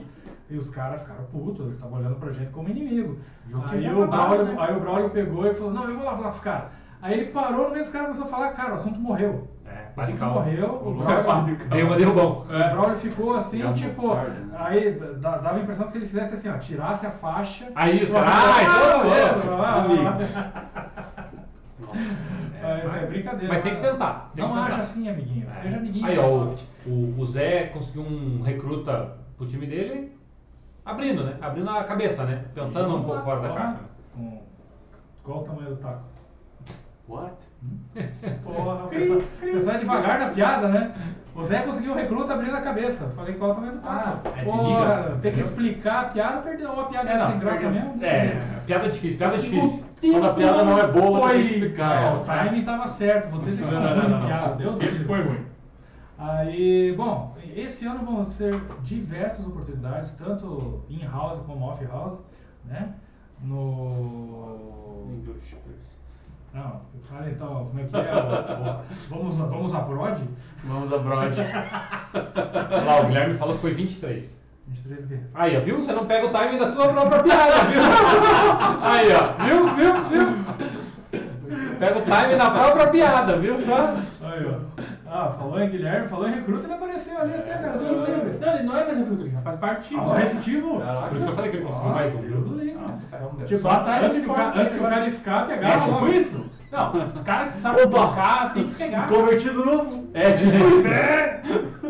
[SPEAKER 2] e os caras ficaram putos, eles estavam olhando pra gente como inimigo.
[SPEAKER 3] Jogo
[SPEAKER 2] Aí
[SPEAKER 3] tinha
[SPEAKER 2] o,
[SPEAKER 3] acabado,
[SPEAKER 2] Braulio,
[SPEAKER 3] né?
[SPEAKER 2] aí o Braulio pegou e falou, não, eu vou lá falar com os caras. Aí ele parou no meio dos caras e começou a falar, cara, o assunto morreu.
[SPEAKER 1] É,
[SPEAKER 2] O assunto
[SPEAKER 1] Parical.
[SPEAKER 2] morreu, o
[SPEAKER 1] Vamos lá.
[SPEAKER 2] Braulio
[SPEAKER 1] Deu uma derrubão.
[SPEAKER 2] o Braulio ficou assim,
[SPEAKER 4] Gás
[SPEAKER 2] tipo,
[SPEAKER 4] mostarda, né?
[SPEAKER 2] aí d- dá- dava a impressão que se ele fizesse assim, ó, tirasse a faixa.
[SPEAKER 1] Aí os caras.
[SPEAKER 2] Ah,
[SPEAKER 1] "Ai,
[SPEAKER 2] ah,
[SPEAKER 1] tô louco".
[SPEAKER 2] ah,
[SPEAKER 4] amigo.
[SPEAKER 2] ah, é, é brincadeira.
[SPEAKER 1] Mas tem que tentar. tem
[SPEAKER 2] Não
[SPEAKER 1] que tentar. É.
[SPEAKER 2] acha assim, amiguinho. Seja amiguinho.
[SPEAKER 1] Aí,
[SPEAKER 2] da
[SPEAKER 1] ó,
[SPEAKER 2] Microsoft.
[SPEAKER 1] o, o- o Zé conseguiu um recruta pro time dele, abrindo, né? Abrindo a cabeça, né? Pensando um
[SPEAKER 2] Vamos
[SPEAKER 1] pouco
[SPEAKER 2] lá,
[SPEAKER 1] fora da
[SPEAKER 2] vamos lá.
[SPEAKER 1] caixa.
[SPEAKER 2] Com- Qual o tamanho do taco?
[SPEAKER 4] What?
[SPEAKER 2] Porra, o
[SPEAKER 3] Cri,
[SPEAKER 2] pessoal,
[SPEAKER 3] cri.
[SPEAKER 2] o pessoal é devagar na piada, né? O Zé conseguiu o recruta abrindo a cabeça. Falei qual o tamanho do taco.
[SPEAKER 1] Ah, é,
[SPEAKER 2] Porra,
[SPEAKER 1] liga.
[SPEAKER 2] tem que explicar a piada, perdeu a piada
[SPEAKER 1] É,
[SPEAKER 2] é,
[SPEAKER 1] não,
[SPEAKER 2] sem graça
[SPEAKER 1] perdeu.
[SPEAKER 2] mesmo.
[SPEAKER 1] É, piada difícil, piada difícil.
[SPEAKER 4] Quando a piada não é boa, você tem que
[SPEAKER 2] É,
[SPEAKER 4] explicar ela.
[SPEAKER 2] o
[SPEAKER 1] tá.
[SPEAKER 2] timing tava certo, vocês é que
[SPEAKER 3] Não,
[SPEAKER 2] são
[SPEAKER 3] não, não,
[SPEAKER 2] ruins
[SPEAKER 3] não,
[SPEAKER 2] de
[SPEAKER 3] não.
[SPEAKER 2] piada, Deus me
[SPEAKER 3] Sempre
[SPEAKER 2] livre.
[SPEAKER 3] foi ruim.
[SPEAKER 2] Aí, bom, esse ano vão ser diversas oportunidades, tanto in-house como off-house, né? No.
[SPEAKER 4] English, please.
[SPEAKER 2] Não, fala então, como é que é? o- o- Vamos, vamos à Prod?
[SPEAKER 4] Vamos a brote.
[SPEAKER 1] Lá, o Guilherme falou que foi 23.
[SPEAKER 2] 23 o quê?
[SPEAKER 1] Aí, ó, viu? Você não pega o time da tua própria piada, viu? Aí, ó, viu, viu, viu? Pega o time da própria piada, viu? Só.
[SPEAKER 2] Aí, ó. Ah, falou em Guilherme, falou em recruta, ele apareceu ali até, cara. Deus livre.
[SPEAKER 3] Não, ele não é mais recruta, ele já faz parte do time.
[SPEAKER 2] Ah, o executivo?
[SPEAKER 4] Caraca.
[SPEAKER 1] Por isso que eu falei que ele conseguiu
[SPEAKER 2] Ah,
[SPEAKER 1] mais um,
[SPEAKER 2] Deus
[SPEAKER 1] viu?
[SPEAKER 2] livre.
[SPEAKER 3] Tipo,
[SPEAKER 2] Tipo,
[SPEAKER 3] só atrás
[SPEAKER 2] antes
[SPEAKER 3] do
[SPEAKER 2] que o cara-
[SPEAKER 3] uniforme.
[SPEAKER 2] antes que o cara escape, né? agarra
[SPEAKER 3] É tipo
[SPEAKER 2] logo.
[SPEAKER 3] isso? Não, os caras que sabem
[SPEAKER 4] Opa!
[SPEAKER 3] tocar, tem que pegar.
[SPEAKER 4] Convertido no. É, tipo. É.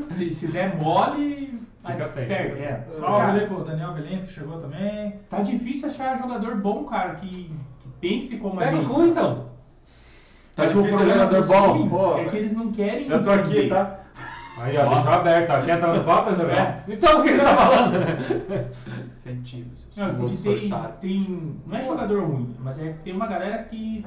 [SPEAKER 3] Se, se der mole,
[SPEAKER 1] Fica
[SPEAKER 3] aí
[SPEAKER 1] sem.
[SPEAKER 3] perde. É.
[SPEAKER 2] Salve
[SPEAKER 3] Cara,
[SPEAKER 2] ali pro Daniel Velentes que chegou também.
[SPEAKER 3] Tá difícil achar jogador bom, cara, que, que pense como
[SPEAKER 1] Pega
[SPEAKER 3] a
[SPEAKER 1] os
[SPEAKER 3] gente.
[SPEAKER 1] ruins, então.
[SPEAKER 4] Tá tipo um
[SPEAKER 3] O problema
[SPEAKER 4] jogador
[SPEAKER 3] dos
[SPEAKER 4] bom.
[SPEAKER 3] ruins
[SPEAKER 4] Pô,
[SPEAKER 3] é que eles não querem.
[SPEAKER 4] Eu tô aqui,
[SPEAKER 3] entender.
[SPEAKER 4] tá?
[SPEAKER 1] Aí, ó,
[SPEAKER 4] Nossa.
[SPEAKER 1] deixou aberto. ó. Quer entrar no Copa, Zé?
[SPEAKER 3] É.
[SPEAKER 1] Então, o que ele tá falando?
[SPEAKER 4] Incentivos. eu sou
[SPEAKER 3] Não,
[SPEAKER 4] louco,
[SPEAKER 3] porque
[SPEAKER 4] sou
[SPEAKER 3] tem,
[SPEAKER 4] otário.
[SPEAKER 3] tem- Não é jogador ruim, mas é que tem uma galera que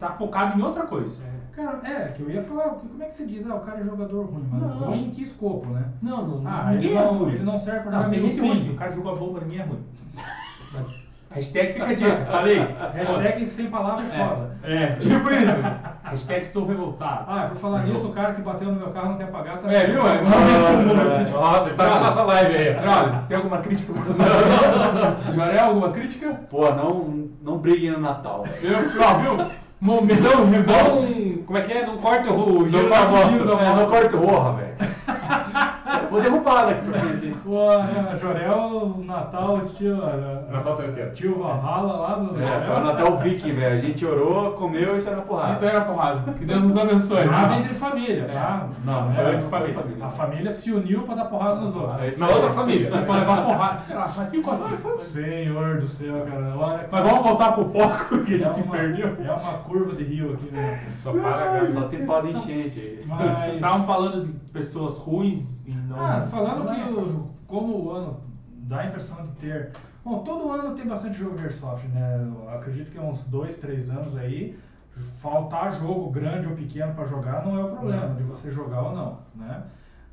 [SPEAKER 3] tá focado em outra coisa.
[SPEAKER 2] Cara, é, que eu ia falar, porque como é que você diz, ah, o cara é jogador ruim, mas
[SPEAKER 3] Não.
[SPEAKER 2] ruim em que escopo, né?
[SPEAKER 3] Não, não.
[SPEAKER 2] Ah,
[SPEAKER 3] ninguém
[SPEAKER 2] ele
[SPEAKER 3] é
[SPEAKER 2] não,
[SPEAKER 3] ruim.
[SPEAKER 2] ele não serve pra
[SPEAKER 3] Não,
[SPEAKER 2] jogar
[SPEAKER 3] tem
[SPEAKER 2] meio
[SPEAKER 3] gente ruim.
[SPEAKER 2] fim.
[SPEAKER 3] Se o cara jogou a bomba pra mim é ruim. Hashtag fica a dica, falei.
[SPEAKER 2] Hashtag sem palavra é foda.
[SPEAKER 3] É, tipo isso. Hashtag estou revoltado.
[SPEAKER 2] Ah, por falar nisso, o cara que bateu no meu carro não quer pagar tá também.
[SPEAKER 3] É, viu? É,
[SPEAKER 1] Ó, você tá na nossa live aí. ó.
[SPEAKER 3] Jorel, tem alguma crítica? Não. Jorel, alguma crítica?
[SPEAKER 4] Pô, não, não briguem no Natal.
[SPEAKER 3] Eu, ó, viu? Momentão, revolta.
[SPEAKER 1] Não, como é que é? Não corta o
[SPEAKER 4] Não,
[SPEAKER 1] giro da moto.
[SPEAKER 4] não, não corta o orra, velho. Vou derrubar daqui pra frente.
[SPEAKER 2] Pô, Jorel, Natal, estilo. ah,
[SPEAKER 1] Natal treteiro.
[SPEAKER 2] Tio Valhalla lá do
[SPEAKER 4] É,
[SPEAKER 2] Jorel. né?
[SPEAKER 4] foi o Natal Viking, velho. A gente orou, comeu e saiu na porrada.
[SPEAKER 3] Isso aí era porrada. Que Deus nos abençoe.
[SPEAKER 2] Nada entre família, tá?
[SPEAKER 4] Não, não
[SPEAKER 2] É,
[SPEAKER 4] foi
[SPEAKER 2] a
[SPEAKER 4] entre família.
[SPEAKER 2] família. Tá A família se uniu pra dar porrada nos outros.
[SPEAKER 4] É isso
[SPEAKER 1] Na
[SPEAKER 4] aí.
[SPEAKER 1] outra família.
[SPEAKER 3] Pra levar porrada. Sei lá, mas ficou assim.
[SPEAKER 2] Senhor do céu, cara. Olha,
[SPEAKER 3] Mas vamos voltar pro foco que ele
[SPEAKER 2] é
[SPEAKER 3] te
[SPEAKER 2] uma,
[SPEAKER 3] perdeu.
[SPEAKER 2] É uma curva de rio aqui, né? Tá um
[SPEAKER 1] Só para,
[SPEAKER 4] Só
[SPEAKER 1] cara.
[SPEAKER 4] tem pau de enchente aí.
[SPEAKER 2] Mas.
[SPEAKER 3] Estavam falando de pessoas ruins e não.
[SPEAKER 2] Ah, falando
[SPEAKER 3] Não
[SPEAKER 2] que
[SPEAKER 3] é.
[SPEAKER 2] o- como o ano dá a impressão de ter. Bom, todo ano tem bastante jogo de Airsoft, né? Eu acredito que há uns dois, três anos aí, faltar jogo grande ou pequeno para jogar não é o problema de você jogar ou não, né?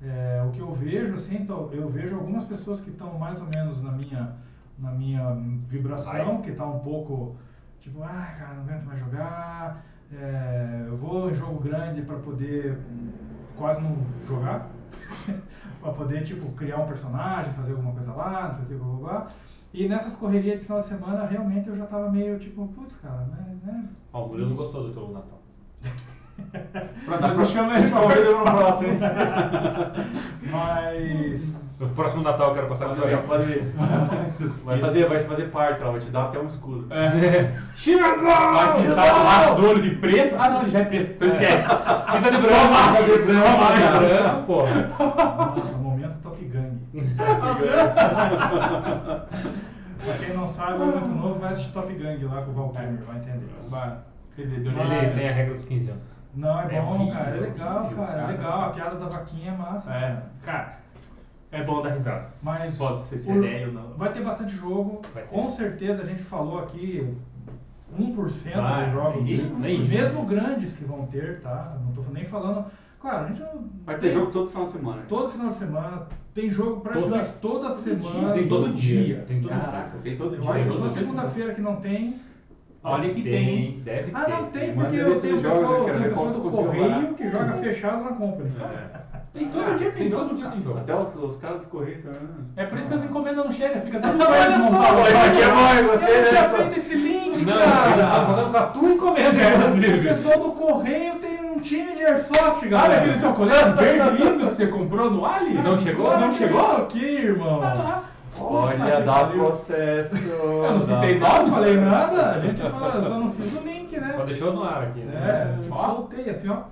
[SPEAKER 2] É, o que eu vejo, assim, então, eu vejo algumas pessoas que estão mais ou menos na minha, na minha vibração,
[SPEAKER 1] Vai.
[SPEAKER 2] que tá um pouco tipo, ah, cara, não aguento mais jogar, é, eu vou em jogo grande para poder hum, quase não jogar, para poder, tipo, criar um personagem, fazer alguma coisa lá, não sei o que, blá, blá, blá. E nessas correrias de final de semana, realmente eu já tava meio tipo, putz, cara, né? né?
[SPEAKER 1] Ó, o Murilo gostou do teu Natal.
[SPEAKER 3] Próxima
[SPEAKER 4] Mas
[SPEAKER 3] vez
[SPEAKER 4] eu-
[SPEAKER 3] chama ele
[SPEAKER 4] eu
[SPEAKER 3] pra
[SPEAKER 4] convido
[SPEAKER 3] participar.
[SPEAKER 4] no próximo.
[SPEAKER 2] Mas
[SPEAKER 1] No próximo Natal eu quero passar com o Jorel.
[SPEAKER 4] Pode, pode- vai, fazer, vai fazer parte, ela vai te dar até um escudo.
[SPEAKER 1] Chega!
[SPEAKER 3] É. Vai
[SPEAKER 1] Bate,
[SPEAKER 3] tirar o
[SPEAKER 1] tá
[SPEAKER 3] laço do olho de preto. Ah, não, ele já é preto. Então esquece.
[SPEAKER 1] lá. Vida de branco.
[SPEAKER 2] né?
[SPEAKER 4] marca de
[SPEAKER 1] Só
[SPEAKER 4] branco,
[SPEAKER 3] é
[SPEAKER 1] marca de
[SPEAKER 4] cara.
[SPEAKER 1] branco, porra.
[SPEAKER 2] Nossa, momento Top Gang. pra quem não sabe, o momento novo vai assistir Top Gang lá com o Valkyrie, vai entender.
[SPEAKER 3] Vai. Perdedor.
[SPEAKER 1] Ele tem a regra dos 15 anos.
[SPEAKER 2] Não, é
[SPEAKER 3] É
[SPEAKER 2] bom,
[SPEAKER 3] horrível,
[SPEAKER 2] cara, é legal,
[SPEAKER 3] horrível,
[SPEAKER 2] cara, é
[SPEAKER 3] cara.
[SPEAKER 2] legal. A piada da vaquinha é massa.
[SPEAKER 3] É, cara, é bom dar risada.
[SPEAKER 2] Mas
[SPEAKER 3] Pode ser se
[SPEAKER 2] o-
[SPEAKER 3] é velho ou não.
[SPEAKER 2] Vai ter bastante jogo,
[SPEAKER 1] Vai ter.
[SPEAKER 2] com certeza a gente falou aqui 1%
[SPEAKER 1] Ah,
[SPEAKER 2] dos jogos.
[SPEAKER 1] nem-
[SPEAKER 2] né?
[SPEAKER 1] nem isso.
[SPEAKER 2] Mesmo grandes que vão ter, tá? Não tô nem falando. Claro, a gente não-
[SPEAKER 4] Vai ter jogo todo final de semana. né?
[SPEAKER 2] todo final de semana, tem jogo praticamente toda, semana.
[SPEAKER 1] Tem todo dia. Tem todo dia.
[SPEAKER 4] Caraca, tem todo
[SPEAKER 2] Eu acho que só
[SPEAKER 4] todo
[SPEAKER 2] segunda-feira que não tem.
[SPEAKER 3] Olha que tem, hein?
[SPEAKER 1] Deve ter.
[SPEAKER 2] Ah, não tem,
[SPEAKER 4] Manda
[SPEAKER 2] porque
[SPEAKER 4] lista
[SPEAKER 2] eu tenho um
[SPEAKER 4] de jogos,
[SPEAKER 2] pessoal,
[SPEAKER 4] eu quero
[SPEAKER 2] tem
[SPEAKER 4] ver
[SPEAKER 2] pessoal
[SPEAKER 4] qual
[SPEAKER 2] do
[SPEAKER 4] que eu consigo
[SPEAKER 2] correio
[SPEAKER 4] parar.
[SPEAKER 2] que joga fechado na compra. Então,
[SPEAKER 4] É.
[SPEAKER 1] Tem todo dia, tem todo dia tem jogo.
[SPEAKER 4] Até os, os caras dos né? Correios também.
[SPEAKER 3] É por isso que as encomendas não chegam, fica até
[SPEAKER 4] Olha só, que bom, você,
[SPEAKER 2] eu não tinha
[SPEAKER 4] né, só-
[SPEAKER 2] feito esse link,
[SPEAKER 1] Não,
[SPEAKER 2] cara.
[SPEAKER 1] eles estão jogando com a tua encomenda,
[SPEAKER 2] O
[SPEAKER 1] inclusive.
[SPEAKER 2] pessoal do correio tem um time de airsoft,
[SPEAKER 3] Sabe
[SPEAKER 2] galera.
[SPEAKER 3] aquele tocolete verde lindo que você comprou no Ali?
[SPEAKER 1] Não chegou?
[SPEAKER 2] Agora
[SPEAKER 1] Não
[SPEAKER 2] que
[SPEAKER 1] chegou?
[SPEAKER 2] eu tô Aqui, irmão.
[SPEAKER 4] Olha, dá processo.
[SPEAKER 2] Eu não citei nada, não falei nada. A gente fala, só não fiz o link, né?
[SPEAKER 1] Só deixou no ar aqui, né?
[SPEAKER 2] É,
[SPEAKER 3] Ó.
[SPEAKER 2] soltei assim, ó.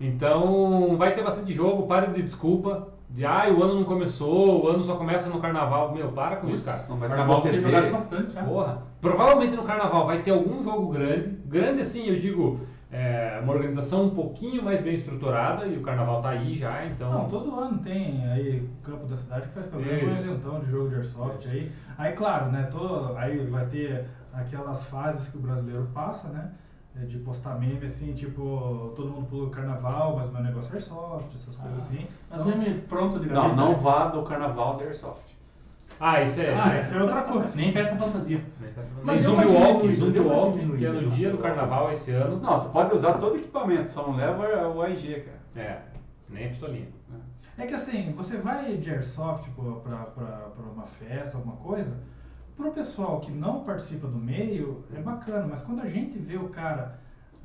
[SPEAKER 1] Então, vai ter bastante jogo, para de desculpa. De, ai, o ano não começou, o ano só começa no carnaval. Meu, para com isso, cara.
[SPEAKER 4] Não, mas se
[SPEAKER 1] carnaval
[SPEAKER 4] você
[SPEAKER 1] tem
[SPEAKER 4] vê-
[SPEAKER 1] jogado
[SPEAKER 3] bastante já.
[SPEAKER 1] Porra. Provavelmente no carnaval vai ter algum jogo grande. Grande assim, eu digo, é, uma organização um pouquinho mais bem estruturada e o carnaval tá aí já, então.
[SPEAKER 2] Não, todo ano tem aí o campo da cidade que faz pelo menos um
[SPEAKER 1] Isso.
[SPEAKER 2] eventão de jogo de airsoft aí. Aí, claro, né? Tô, aí vai ter aquelas fases que o brasileiro passa, né? eh, De postar meme assim, tipo, todo mundo pulou carnaval, mas meu negócio é airsoft, essas coisas
[SPEAKER 1] Ah.
[SPEAKER 2] assim.
[SPEAKER 3] Nós nem Tá pronto de
[SPEAKER 4] Não,
[SPEAKER 3] gravata.
[SPEAKER 4] não vá do carnaval da Airsoft.
[SPEAKER 1] Ah, isso é.
[SPEAKER 2] Ah, é. essa é outra coisa.
[SPEAKER 3] Nem peça fantasia.
[SPEAKER 1] Mas
[SPEAKER 3] deu
[SPEAKER 1] Zumbi
[SPEAKER 3] uma
[SPEAKER 1] Walk,
[SPEAKER 3] diminuída,
[SPEAKER 1] Zumbi
[SPEAKER 3] deu uma
[SPEAKER 1] Walk, que é
[SPEAKER 3] diminuída.
[SPEAKER 1] no dia do carnaval esse ano.
[SPEAKER 4] Não, você pode usar todo o equipamento, só não leva o AIG, cara.
[SPEAKER 1] É, nem a pistolinha.
[SPEAKER 2] É que assim, você vai de airsoft tipo, pra, pra, pra uma festa, alguma coisa, pro pessoal que não participa do meio, é bacana, mas quando a gente vê o cara.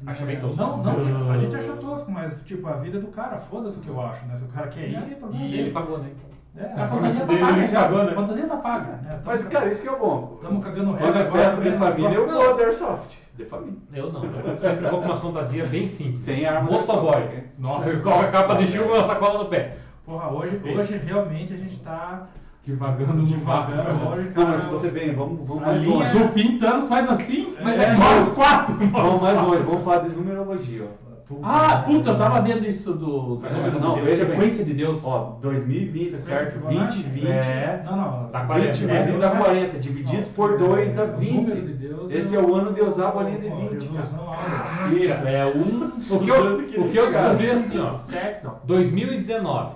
[SPEAKER 1] Acha
[SPEAKER 2] né,
[SPEAKER 1] bem tosco.
[SPEAKER 2] Não, não, a gente acha tosco, mas tipo, a vida do cara, foda-se o que eu acho, né? Se o cara quer ir, é problema
[SPEAKER 1] E
[SPEAKER 2] dele.
[SPEAKER 1] ele pagou, né?
[SPEAKER 2] É,
[SPEAKER 3] A
[SPEAKER 1] Tá
[SPEAKER 3] fantasia tá
[SPEAKER 1] dele,
[SPEAKER 3] paga
[SPEAKER 1] ele
[SPEAKER 3] já.
[SPEAKER 1] pagou, né?
[SPEAKER 3] A fantasia tá
[SPEAKER 2] né,
[SPEAKER 3] paga.
[SPEAKER 2] então,
[SPEAKER 4] Mas, cara, isso que é o bom.
[SPEAKER 2] Tamo cagando
[SPEAKER 4] Quando
[SPEAKER 2] regra
[SPEAKER 4] é
[SPEAKER 2] agora
[SPEAKER 4] festa
[SPEAKER 2] também,
[SPEAKER 4] de
[SPEAKER 2] né?
[SPEAKER 4] família, eu
[SPEAKER 2] Só-
[SPEAKER 4] vou da Airsoft. De família.
[SPEAKER 1] Eu não, eu sempre vou com uma fantasia bem simples.
[SPEAKER 4] Sem arma. né?
[SPEAKER 1] Motoboy.
[SPEAKER 3] Nossa.
[SPEAKER 1] Eu coloco a capa de chuva e uma sacola no pé.
[SPEAKER 2] Porra, hoje, hoje realmente a gente tá
[SPEAKER 3] Devagando
[SPEAKER 1] né?
[SPEAKER 2] devagando.
[SPEAKER 3] devagar.
[SPEAKER 2] Hoje,
[SPEAKER 4] Não,
[SPEAKER 2] cara,
[SPEAKER 4] mas se você vem, vamos, vamos
[SPEAKER 2] A
[SPEAKER 4] mais
[SPEAKER 2] linha-
[SPEAKER 4] longe.
[SPEAKER 3] O Pintanos faz assim, mas
[SPEAKER 2] É.
[SPEAKER 3] é nós quatro.
[SPEAKER 4] Vamos mais longe, vamos falar de numerologia, ó. Tá
[SPEAKER 2] Puta,
[SPEAKER 3] Ah, puta, eu tava vendo isso do.
[SPEAKER 1] É,
[SPEAKER 4] Mas
[SPEAKER 3] do Números
[SPEAKER 4] não,
[SPEAKER 3] de Deus,
[SPEAKER 4] veja bem.
[SPEAKER 3] sequência de Deus.
[SPEAKER 4] Ó, 2020, certo? 20, 20.
[SPEAKER 1] É.
[SPEAKER 2] Não, não.
[SPEAKER 1] Dá
[SPEAKER 2] assim,
[SPEAKER 1] 40,
[SPEAKER 4] 20
[SPEAKER 1] né?
[SPEAKER 4] mais 1 dá 40, divididos por 2 dá
[SPEAKER 2] O número de
[SPEAKER 4] 20.
[SPEAKER 2] Deus
[SPEAKER 4] Esse é o ano de usar a bolinha de 20, cara.
[SPEAKER 2] resolução áurea.
[SPEAKER 3] Isso, é um.
[SPEAKER 1] O que eu, o que eu descobri assim, ó.
[SPEAKER 3] Certo, não.
[SPEAKER 1] 2019.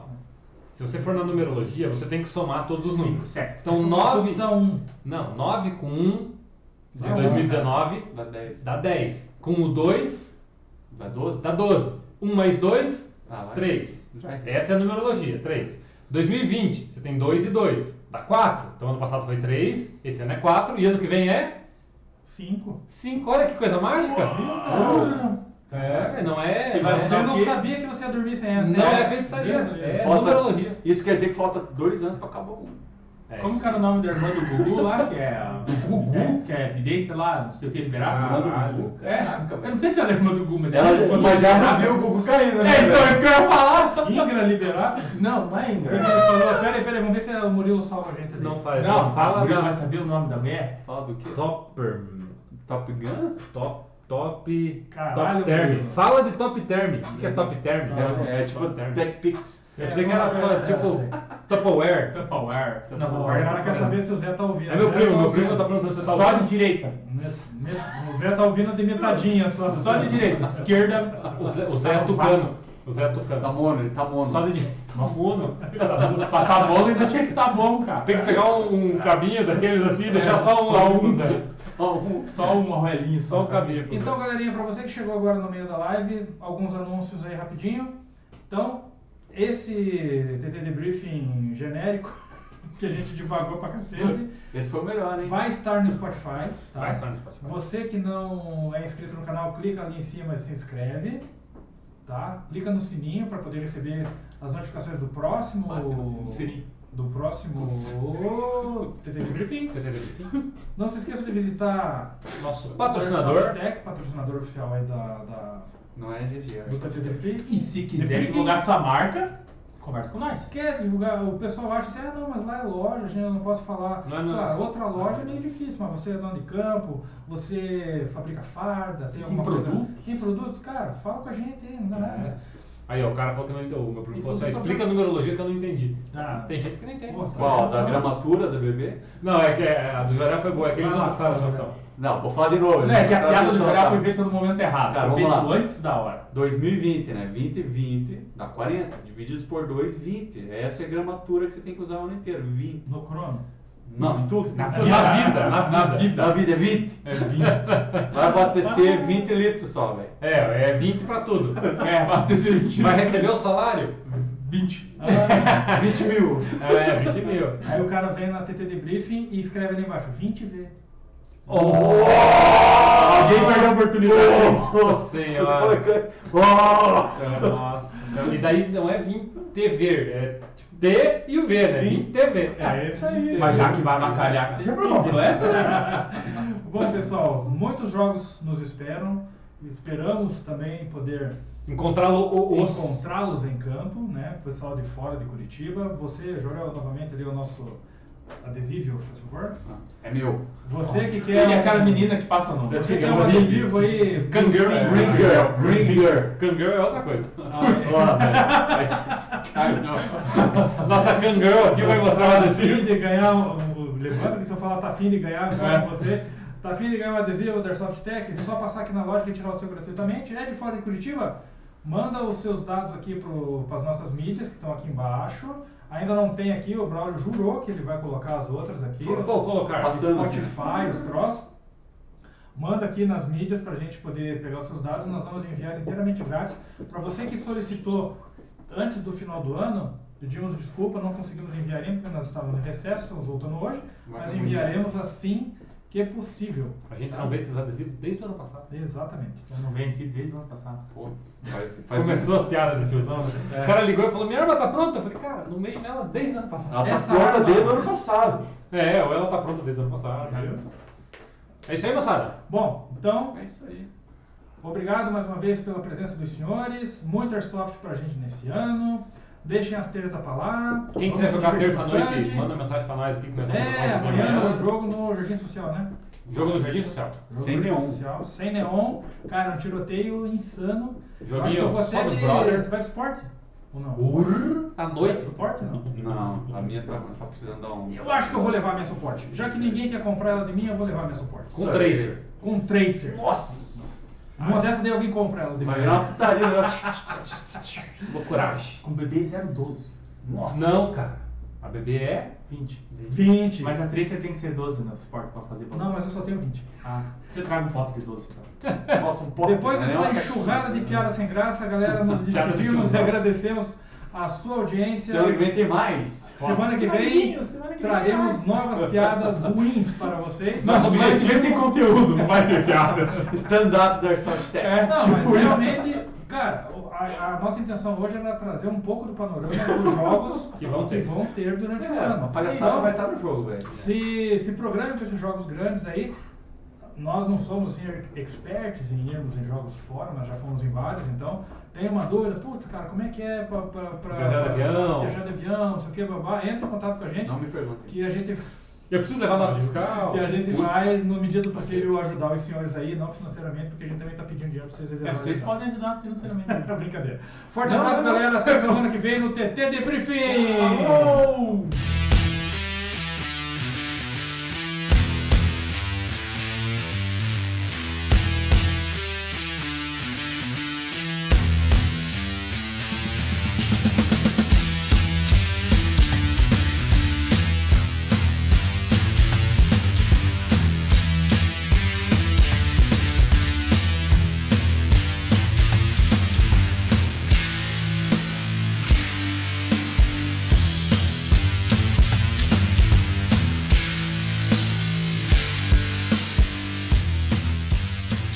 [SPEAKER 1] Se você for na numerologia, você tem que somar todos os números.
[SPEAKER 3] Certo.
[SPEAKER 1] Então 9.
[SPEAKER 2] Dá um.
[SPEAKER 1] Não, 9 com 1 de
[SPEAKER 4] Dá um,
[SPEAKER 1] 2019
[SPEAKER 4] Dá 10.
[SPEAKER 1] dá 10. Com o 2
[SPEAKER 4] Dá 12?
[SPEAKER 1] dá 12. 1 mais 2,
[SPEAKER 4] Ah, vai.
[SPEAKER 1] 3.
[SPEAKER 4] Já é.
[SPEAKER 1] Essa é a numerologia, 3. 2020, você tem 2 e 2, dá 4. Então ano passado foi 3, esse ano é 4 e ano que vem é
[SPEAKER 2] Cinco.
[SPEAKER 1] 5. Olha que coisa mágica!
[SPEAKER 4] Ah,
[SPEAKER 1] É, não é.
[SPEAKER 4] Vai
[SPEAKER 2] Você
[SPEAKER 4] usar o
[SPEAKER 2] não
[SPEAKER 4] quê?
[SPEAKER 2] sabia que você ia dormir sem essa.
[SPEAKER 1] Não
[SPEAKER 2] né?
[SPEAKER 1] é feitiçaria, é
[SPEAKER 4] Falta-
[SPEAKER 1] numerologia.
[SPEAKER 4] Isso quer dizer que falta dois anos pra acabar o mundo.
[SPEAKER 1] É.
[SPEAKER 3] Como que era o nome da irmã do Gugu lá, que é. a-
[SPEAKER 4] Do Gugu?
[SPEAKER 3] É, que é vidente lá, não sei o que, liberado?
[SPEAKER 1] Ah,
[SPEAKER 3] Irmã do Gugu. É,
[SPEAKER 4] Caraca,
[SPEAKER 3] eu
[SPEAKER 4] velho.
[SPEAKER 3] não sei se ela é irmã do Gugu, mas
[SPEAKER 4] Ela,
[SPEAKER 3] ela é irmã do
[SPEAKER 4] mas já não
[SPEAKER 3] Gugu.
[SPEAKER 4] viu o Gugu caindo, né?
[SPEAKER 3] É, então, isso que eu ia falar.
[SPEAKER 2] Ingra liberar.
[SPEAKER 3] Não, não é
[SPEAKER 2] Ele
[SPEAKER 3] Ingra.
[SPEAKER 2] falou, Peraí, peraí, vamos ver se o Murilo salva a gente ali.
[SPEAKER 1] Não faz.
[SPEAKER 3] Não, fala,
[SPEAKER 1] fala
[SPEAKER 3] Gabriel
[SPEAKER 1] da
[SPEAKER 3] vai saber o nome da mulher?
[SPEAKER 4] Fala do quê?
[SPEAKER 1] Topperm.
[SPEAKER 4] Top Gun?
[SPEAKER 1] Top. Top.
[SPEAKER 2] Caralho,
[SPEAKER 1] top term.
[SPEAKER 2] Murilo.
[SPEAKER 1] Fala de top term. O que que é top term? Deve-
[SPEAKER 4] É, é tipo
[SPEAKER 1] top term.
[SPEAKER 4] Tech Pix.
[SPEAKER 1] Eu pensei que era
[SPEAKER 2] É,
[SPEAKER 1] tipo
[SPEAKER 2] é,
[SPEAKER 1] Tupperware.
[SPEAKER 3] Tupperware.
[SPEAKER 2] Não, o cara quer saber se o Zé tá ouvindo.
[SPEAKER 1] É meu
[SPEAKER 2] O Zé
[SPEAKER 1] primo,
[SPEAKER 2] tá
[SPEAKER 1] meu primo
[SPEAKER 2] ouvindo.
[SPEAKER 1] tá perguntando se tá
[SPEAKER 3] Só de
[SPEAKER 1] ouvindo.
[SPEAKER 3] direita.
[SPEAKER 2] Nesse- nesse- O Zé tá ouvindo de metadinha só.
[SPEAKER 3] Só de direita. Esquerda.
[SPEAKER 1] O Zé, o Zé é tucano. O Zé é
[SPEAKER 4] Tá
[SPEAKER 1] tucano.
[SPEAKER 4] mono, ele tá mono.
[SPEAKER 1] Só de Tá mono. Filha da puta.
[SPEAKER 3] Pra tá bom, ainda tinha que tá bom, cara.
[SPEAKER 1] Tem que pegar um, um cabinho daqueles assim e deixar só um.
[SPEAKER 3] só um.
[SPEAKER 1] no Zé.
[SPEAKER 4] Só um.
[SPEAKER 3] Só um arroelinho,
[SPEAKER 1] Só
[SPEAKER 3] só
[SPEAKER 1] o
[SPEAKER 3] um cabelo.
[SPEAKER 1] cabinho.
[SPEAKER 2] Então, galerinha, para você que chegou agora no meio da live, alguns anúncios aí rapidinho. Então, esse TT Debriefing genérico que a gente divagou pra cacete
[SPEAKER 4] Esse foi o melhor, hein?
[SPEAKER 2] vai estar no Spotify. Tá?
[SPEAKER 1] Vai estar no Spotify.
[SPEAKER 2] Você que não é inscrito no canal, clica ali em cima e se inscreve. Tá? Clica no sininho para poder reciber as notificações do próximo.
[SPEAKER 4] Bateu no sininho. Sininho.
[SPEAKER 2] Do próximo. TT Debriefing. Não se esqueça de visitar
[SPEAKER 1] Nosso
[SPEAKER 2] o
[SPEAKER 1] patrocinador.
[SPEAKER 2] Tech, patrocinador oficial aí da, da,
[SPEAKER 4] Não é GG. é
[SPEAKER 2] do TTD Free.
[SPEAKER 3] E se quiser
[SPEAKER 2] Definitivamente.
[SPEAKER 3] divulgar sua marca, conversa com nós.
[SPEAKER 2] Quer divulgar, o pessoal acha assim, ah não, mas lá é loja, gente, eu não posso falar.
[SPEAKER 1] Não é não.
[SPEAKER 2] Claro, outra loja é meio difícil, mas você é dono de campo, você fabrica farda, tem alguma coisa.
[SPEAKER 3] produtos?
[SPEAKER 2] Tem produtos, cara, fala com a gente aí, não dá nada.
[SPEAKER 1] Aí, ó, o cara falou que não entendeu. O meu primo falou assim,
[SPEAKER 3] Inclusive,
[SPEAKER 1] "Ah, explica a
[SPEAKER 3] pra-
[SPEAKER 1] numerologia que eu não entendi.
[SPEAKER 2] Ah,
[SPEAKER 1] Tem gente que não entende.
[SPEAKER 2] Pô,
[SPEAKER 1] essas
[SPEAKER 4] Qual?
[SPEAKER 1] coisas.
[SPEAKER 4] Da gramatura da bebê?
[SPEAKER 1] Não, é que é, a do Jorel foi boa, é que eles
[SPEAKER 2] Vai
[SPEAKER 1] não
[SPEAKER 2] lá,
[SPEAKER 1] gostaram da
[SPEAKER 2] fala,
[SPEAKER 1] noção.
[SPEAKER 4] Não, vou falar de novo.
[SPEAKER 3] Não, é que a
[SPEAKER 4] Tá,
[SPEAKER 3] piada do
[SPEAKER 4] pessoal,
[SPEAKER 3] Jorel
[SPEAKER 4] tá.
[SPEAKER 3] foi feita no momento errado.
[SPEAKER 4] Cara,
[SPEAKER 3] foi
[SPEAKER 4] vamos
[SPEAKER 3] feito
[SPEAKER 4] lá.
[SPEAKER 3] antes da hora.
[SPEAKER 4] 2020, né? 20, 20, dá 40. Divididos por 2, 20. Essa é a gramatura que você tem que usar o ano inteiro. 20.
[SPEAKER 2] no crono.
[SPEAKER 4] Não, em tudo.
[SPEAKER 3] Na
[SPEAKER 4] Em tudo.
[SPEAKER 1] Na vida, na vida.
[SPEAKER 4] Na vida. Na vida é 20.
[SPEAKER 1] É 20.
[SPEAKER 4] Vai
[SPEAKER 3] Tá
[SPEAKER 4] abastecer 20 litros só, velho.
[SPEAKER 1] É, é 20 pra tudo.
[SPEAKER 3] É, mas tem sentido.
[SPEAKER 1] Vai receber o salário?
[SPEAKER 3] 20.
[SPEAKER 4] 20 mil.
[SPEAKER 1] É, 20 mil.
[SPEAKER 2] Aí o cara vem na TT de briefing e escreve ali embaixo, 20V.
[SPEAKER 3] Alguém perdeu a oportunidade.
[SPEAKER 1] Nossa senhora.
[SPEAKER 4] Oh!
[SPEAKER 1] Nossa. E daí não é 20 TV, é tipo T e o V, né? 20 TV.
[SPEAKER 2] É isso aí.
[SPEAKER 3] Mas já que vai avacalhar, que seja por completo, né?
[SPEAKER 2] Bom, pessoal, muitos jogos nos esperam. Esperamos também poder
[SPEAKER 1] Encontrá-lo o o- os.
[SPEAKER 2] encontrá-los em campo, né? Pessoal de fora de Curitiba. Você, Jorel, novamente ali o nosso adesivo, por favor.
[SPEAKER 4] É meu.
[SPEAKER 2] Você que quer.
[SPEAKER 3] Ele é
[SPEAKER 2] um-
[SPEAKER 3] aquela menina que passa no.
[SPEAKER 2] Você quer um adesivo aí.
[SPEAKER 1] Cangirl.
[SPEAKER 2] sim,
[SPEAKER 4] Green Girl. É. Green Girl.
[SPEAKER 1] Kangirl é outra coisa.
[SPEAKER 4] Caramba.
[SPEAKER 1] Nossa Kangirl aqui vai mostrar o
[SPEAKER 2] Tá afim
[SPEAKER 1] adesivo.
[SPEAKER 2] de ganhar um- um- Levanta que se eu falar tá afim de ganhar,
[SPEAKER 3] É.
[SPEAKER 2] eu falo com você. Tá afim de ganhar um adesivo da Airsoft Tech? É só passar aqui na loja e tirar o seu gratuitamente. É de fora de Curitiba? Manda os seus dados aqui para as nossas mídias que estão aqui embaixo. Ainda não tem aqui, o Braulio jurou que ele vai colocar as outras aqui.
[SPEAKER 1] Vou colocar.
[SPEAKER 4] Passando.
[SPEAKER 2] Spotify, os troços. Manda aqui nas mídias para a gente poder pegar os seus dados e nós vamos enviar inteiramente grátis. Para você que solicitou antes do final do ano, pedimos desculpa, não conseguimos enviar ainda porque nós estávamos em recesso, estamos voltando hoje,
[SPEAKER 4] Vai
[SPEAKER 2] mas
[SPEAKER 4] ter muito.
[SPEAKER 2] enviaremos assim que possível.
[SPEAKER 1] A gente não vê esses adesivos desde o ano passado.
[SPEAKER 2] Exatamente.
[SPEAKER 3] Eu não venho aqui desde o ano passado.
[SPEAKER 4] Pô, faz- faz um-
[SPEAKER 1] Começou as piadas do tiozão. né? O cara ligou e falou: Minha arma tá pronta? Eu falei: Cara, não mexo nela desde o ano
[SPEAKER 4] um-
[SPEAKER 1] passado.
[SPEAKER 4] Ela tá
[SPEAKER 2] Essa
[SPEAKER 4] pronta
[SPEAKER 2] arma-
[SPEAKER 4] desde o ano passado.
[SPEAKER 1] É, ou ela tá pronta desde o ano passado. viu? É isso aí, moçada.
[SPEAKER 2] Bom, então,
[SPEAKER 4] É isso aí.
[SPEAKER 2] obrigado mais uma vez pela presença dos senhores. Muito Airsoft para a gente nesse ano. Deixem as tretas para lá.
[SPEAKER 1] Quem
[SPEAKER 2] Vamos
[SPEAKER 1] quiser
[SPEAKER 2] se
[SPEAKER 1] jogar
[SPEAKER 2] divertir
[SPEAKER 1] terça-noite,
[SPEAKER 2] bastante.
[SPEAKER 1] manda mensagem pra nós aqui que nós vamos jogar
[SPEAKER 2] É,
[SPEAKER 1] esse
[SPEAKER 2] amanhã é
[SPEAKER 1] jogo.
[SPEAKER 2] um jogo no Jardim Social, né?
[SPEAKER 1] Jogo no Jardim Social.
[SPEAKER 2] Jogo
[SPEAKER 4] Sem
[SPEAKER 2] no Jardim
[SPEAKER 4] neon.
[SPEAKER 2] Social, sem neon. Cara, um tiroteio insano. Eu
[SPEAKER 1] Joguinho
[SPEAKER 2] acho que eu vou
[SPEAKER 1] só
[SPEAKER 2] até
[SPEAKER 1] dos
[SPEAKER 2] de...
[SPEAKER 1] brothers.
[SPEAKER 2] Você vai de esporte? Ou não?
[SPEAKER 1] À
[SPEAKER 2] Você vai de
[SPEAKER 1] noite.
[SPEAKER 2] suporte não?
[SPEAKER 4] Não, a minha tá, tá precisando dar um.
[SPEAKER 2] Eu acho que eu vou levar minha suporte. Já que ninguém quer comprar ela de mim, eu vou levar minha suporte.
[SPEAKER 1] Com
[SPEAKER 4] Isso aí.
[SPEAKER 1] tracer.
[SPEAKER 2] Com um tracer.
[SPEAKER 4] Nossa!
[SPEAKER 2] Uma dessa daí alguém compra ela de mim.
[SPEAKER 4] Mas na putaria, né?
[SPEAKER 1] Com coragem.
[SPEAKER 3] Com bebê 012.
[SPEAKER 4] Nossa!
[SPEAKER 1] Não, cara. A bebê é.
[SPEAKER 3] 20.
[SPEAKER 2] 20.
[SPEAKER 3] Mas a Tracer tem que ser 12 no suporte pra fazer pra
[SPEAKER 2] Não,
[SPEAKER 3] você.
[SPEAKER 2] mas eu só tenho 20.
[SPEAKER 3] Ah, eu trago foto de 12 então.
[SPEAKER 4] Nossa, um pouco.
[SPEAKER 2] Depois dessa enxurrada de piadas sem graça, galera, nos
[SPEAKER 1] Piada de
[SPEAKER 2] despedimos e
[SPEAKER 1] tiozão.
[SPEAKER 2] agradecemos a sua audiência.
[SPEAKER 4] Semana que vem tem mais.
[SPEAKER 2] Semana que vem é
[SPEAKER 3] Amiguinhos, semana que vem
[SPEAKER 2] traremos
[SPEAKER 3] tem mais.
[SPEAKER 2] novas piadas ruins para vocês.
[SPEAKER 1] Nosso
[SPEAKER 2] Mas-
[SPEAKER 1] objetivo
[SPEAKER 3] tem conteúdo, não vai ter piada.
[SPEAKER 4] Stand-up da Airsoft Tech.
[SPEAKER 2] É, não, mas
[SPEAKER 4] tipo isso.
[SPEAKER 2] realmente, cara, o- a, a nossa intenção hoje era trazer um pouco do panorama dos jogos
[SPEAKER 1] Que vão ter.
[SPEAKER 2] vão ter durante o
[SPEAKER 4] É,
[SPEAKER 2] ano.
[SPEAKER 4] uma palhaçada
[SPEAKER 2] Então,
[SPEAKER 4] vai estar no jogo, né? velho.
[SPEAKER 2] Se, se programa para esses jogos grandes aí. Nós não somos assim, experts em irmos em jogos fora, nós já fomos em vários, então tem uma dúvida, putz, cara, como é que é pra, pra, pra-
[SPEAKER 1] Viajar de avião.
[SPEAKER 2] viajar de avião, não sei o que, babá, entra em contato com a gente,
[SPEAKER 4] Não me perguntem.
[SPEAKER 2] que a gente
[SPEAKER 1] Eu preciso levar nota fiscal.
[SPEAKER 2] que a gente
[SPEAKER 4] Putz.
[SPEAKER 2] vai, no medida do possível, ajudar os senhores aí, não financeiramente, porque a gente também está pedindo dinheiro para vocês
[SPEAKER 3] É,
[SPEAKER 2] reservarem.
[SPEAKER 3] vocês
[SPEAKER 2] tá?
[SPEAKER 3] podem ajudar financeiramente.
[SPEAKER 2] É brincadeira. Forte
[SPEAKER 1] Não,
[SPEAKER 2] abraço,
[SPEAKER 1] não, não.
[SPEAKER 2] galera. Até semana que vem no TT Debriefing.
[SPEAKER 3] Alô!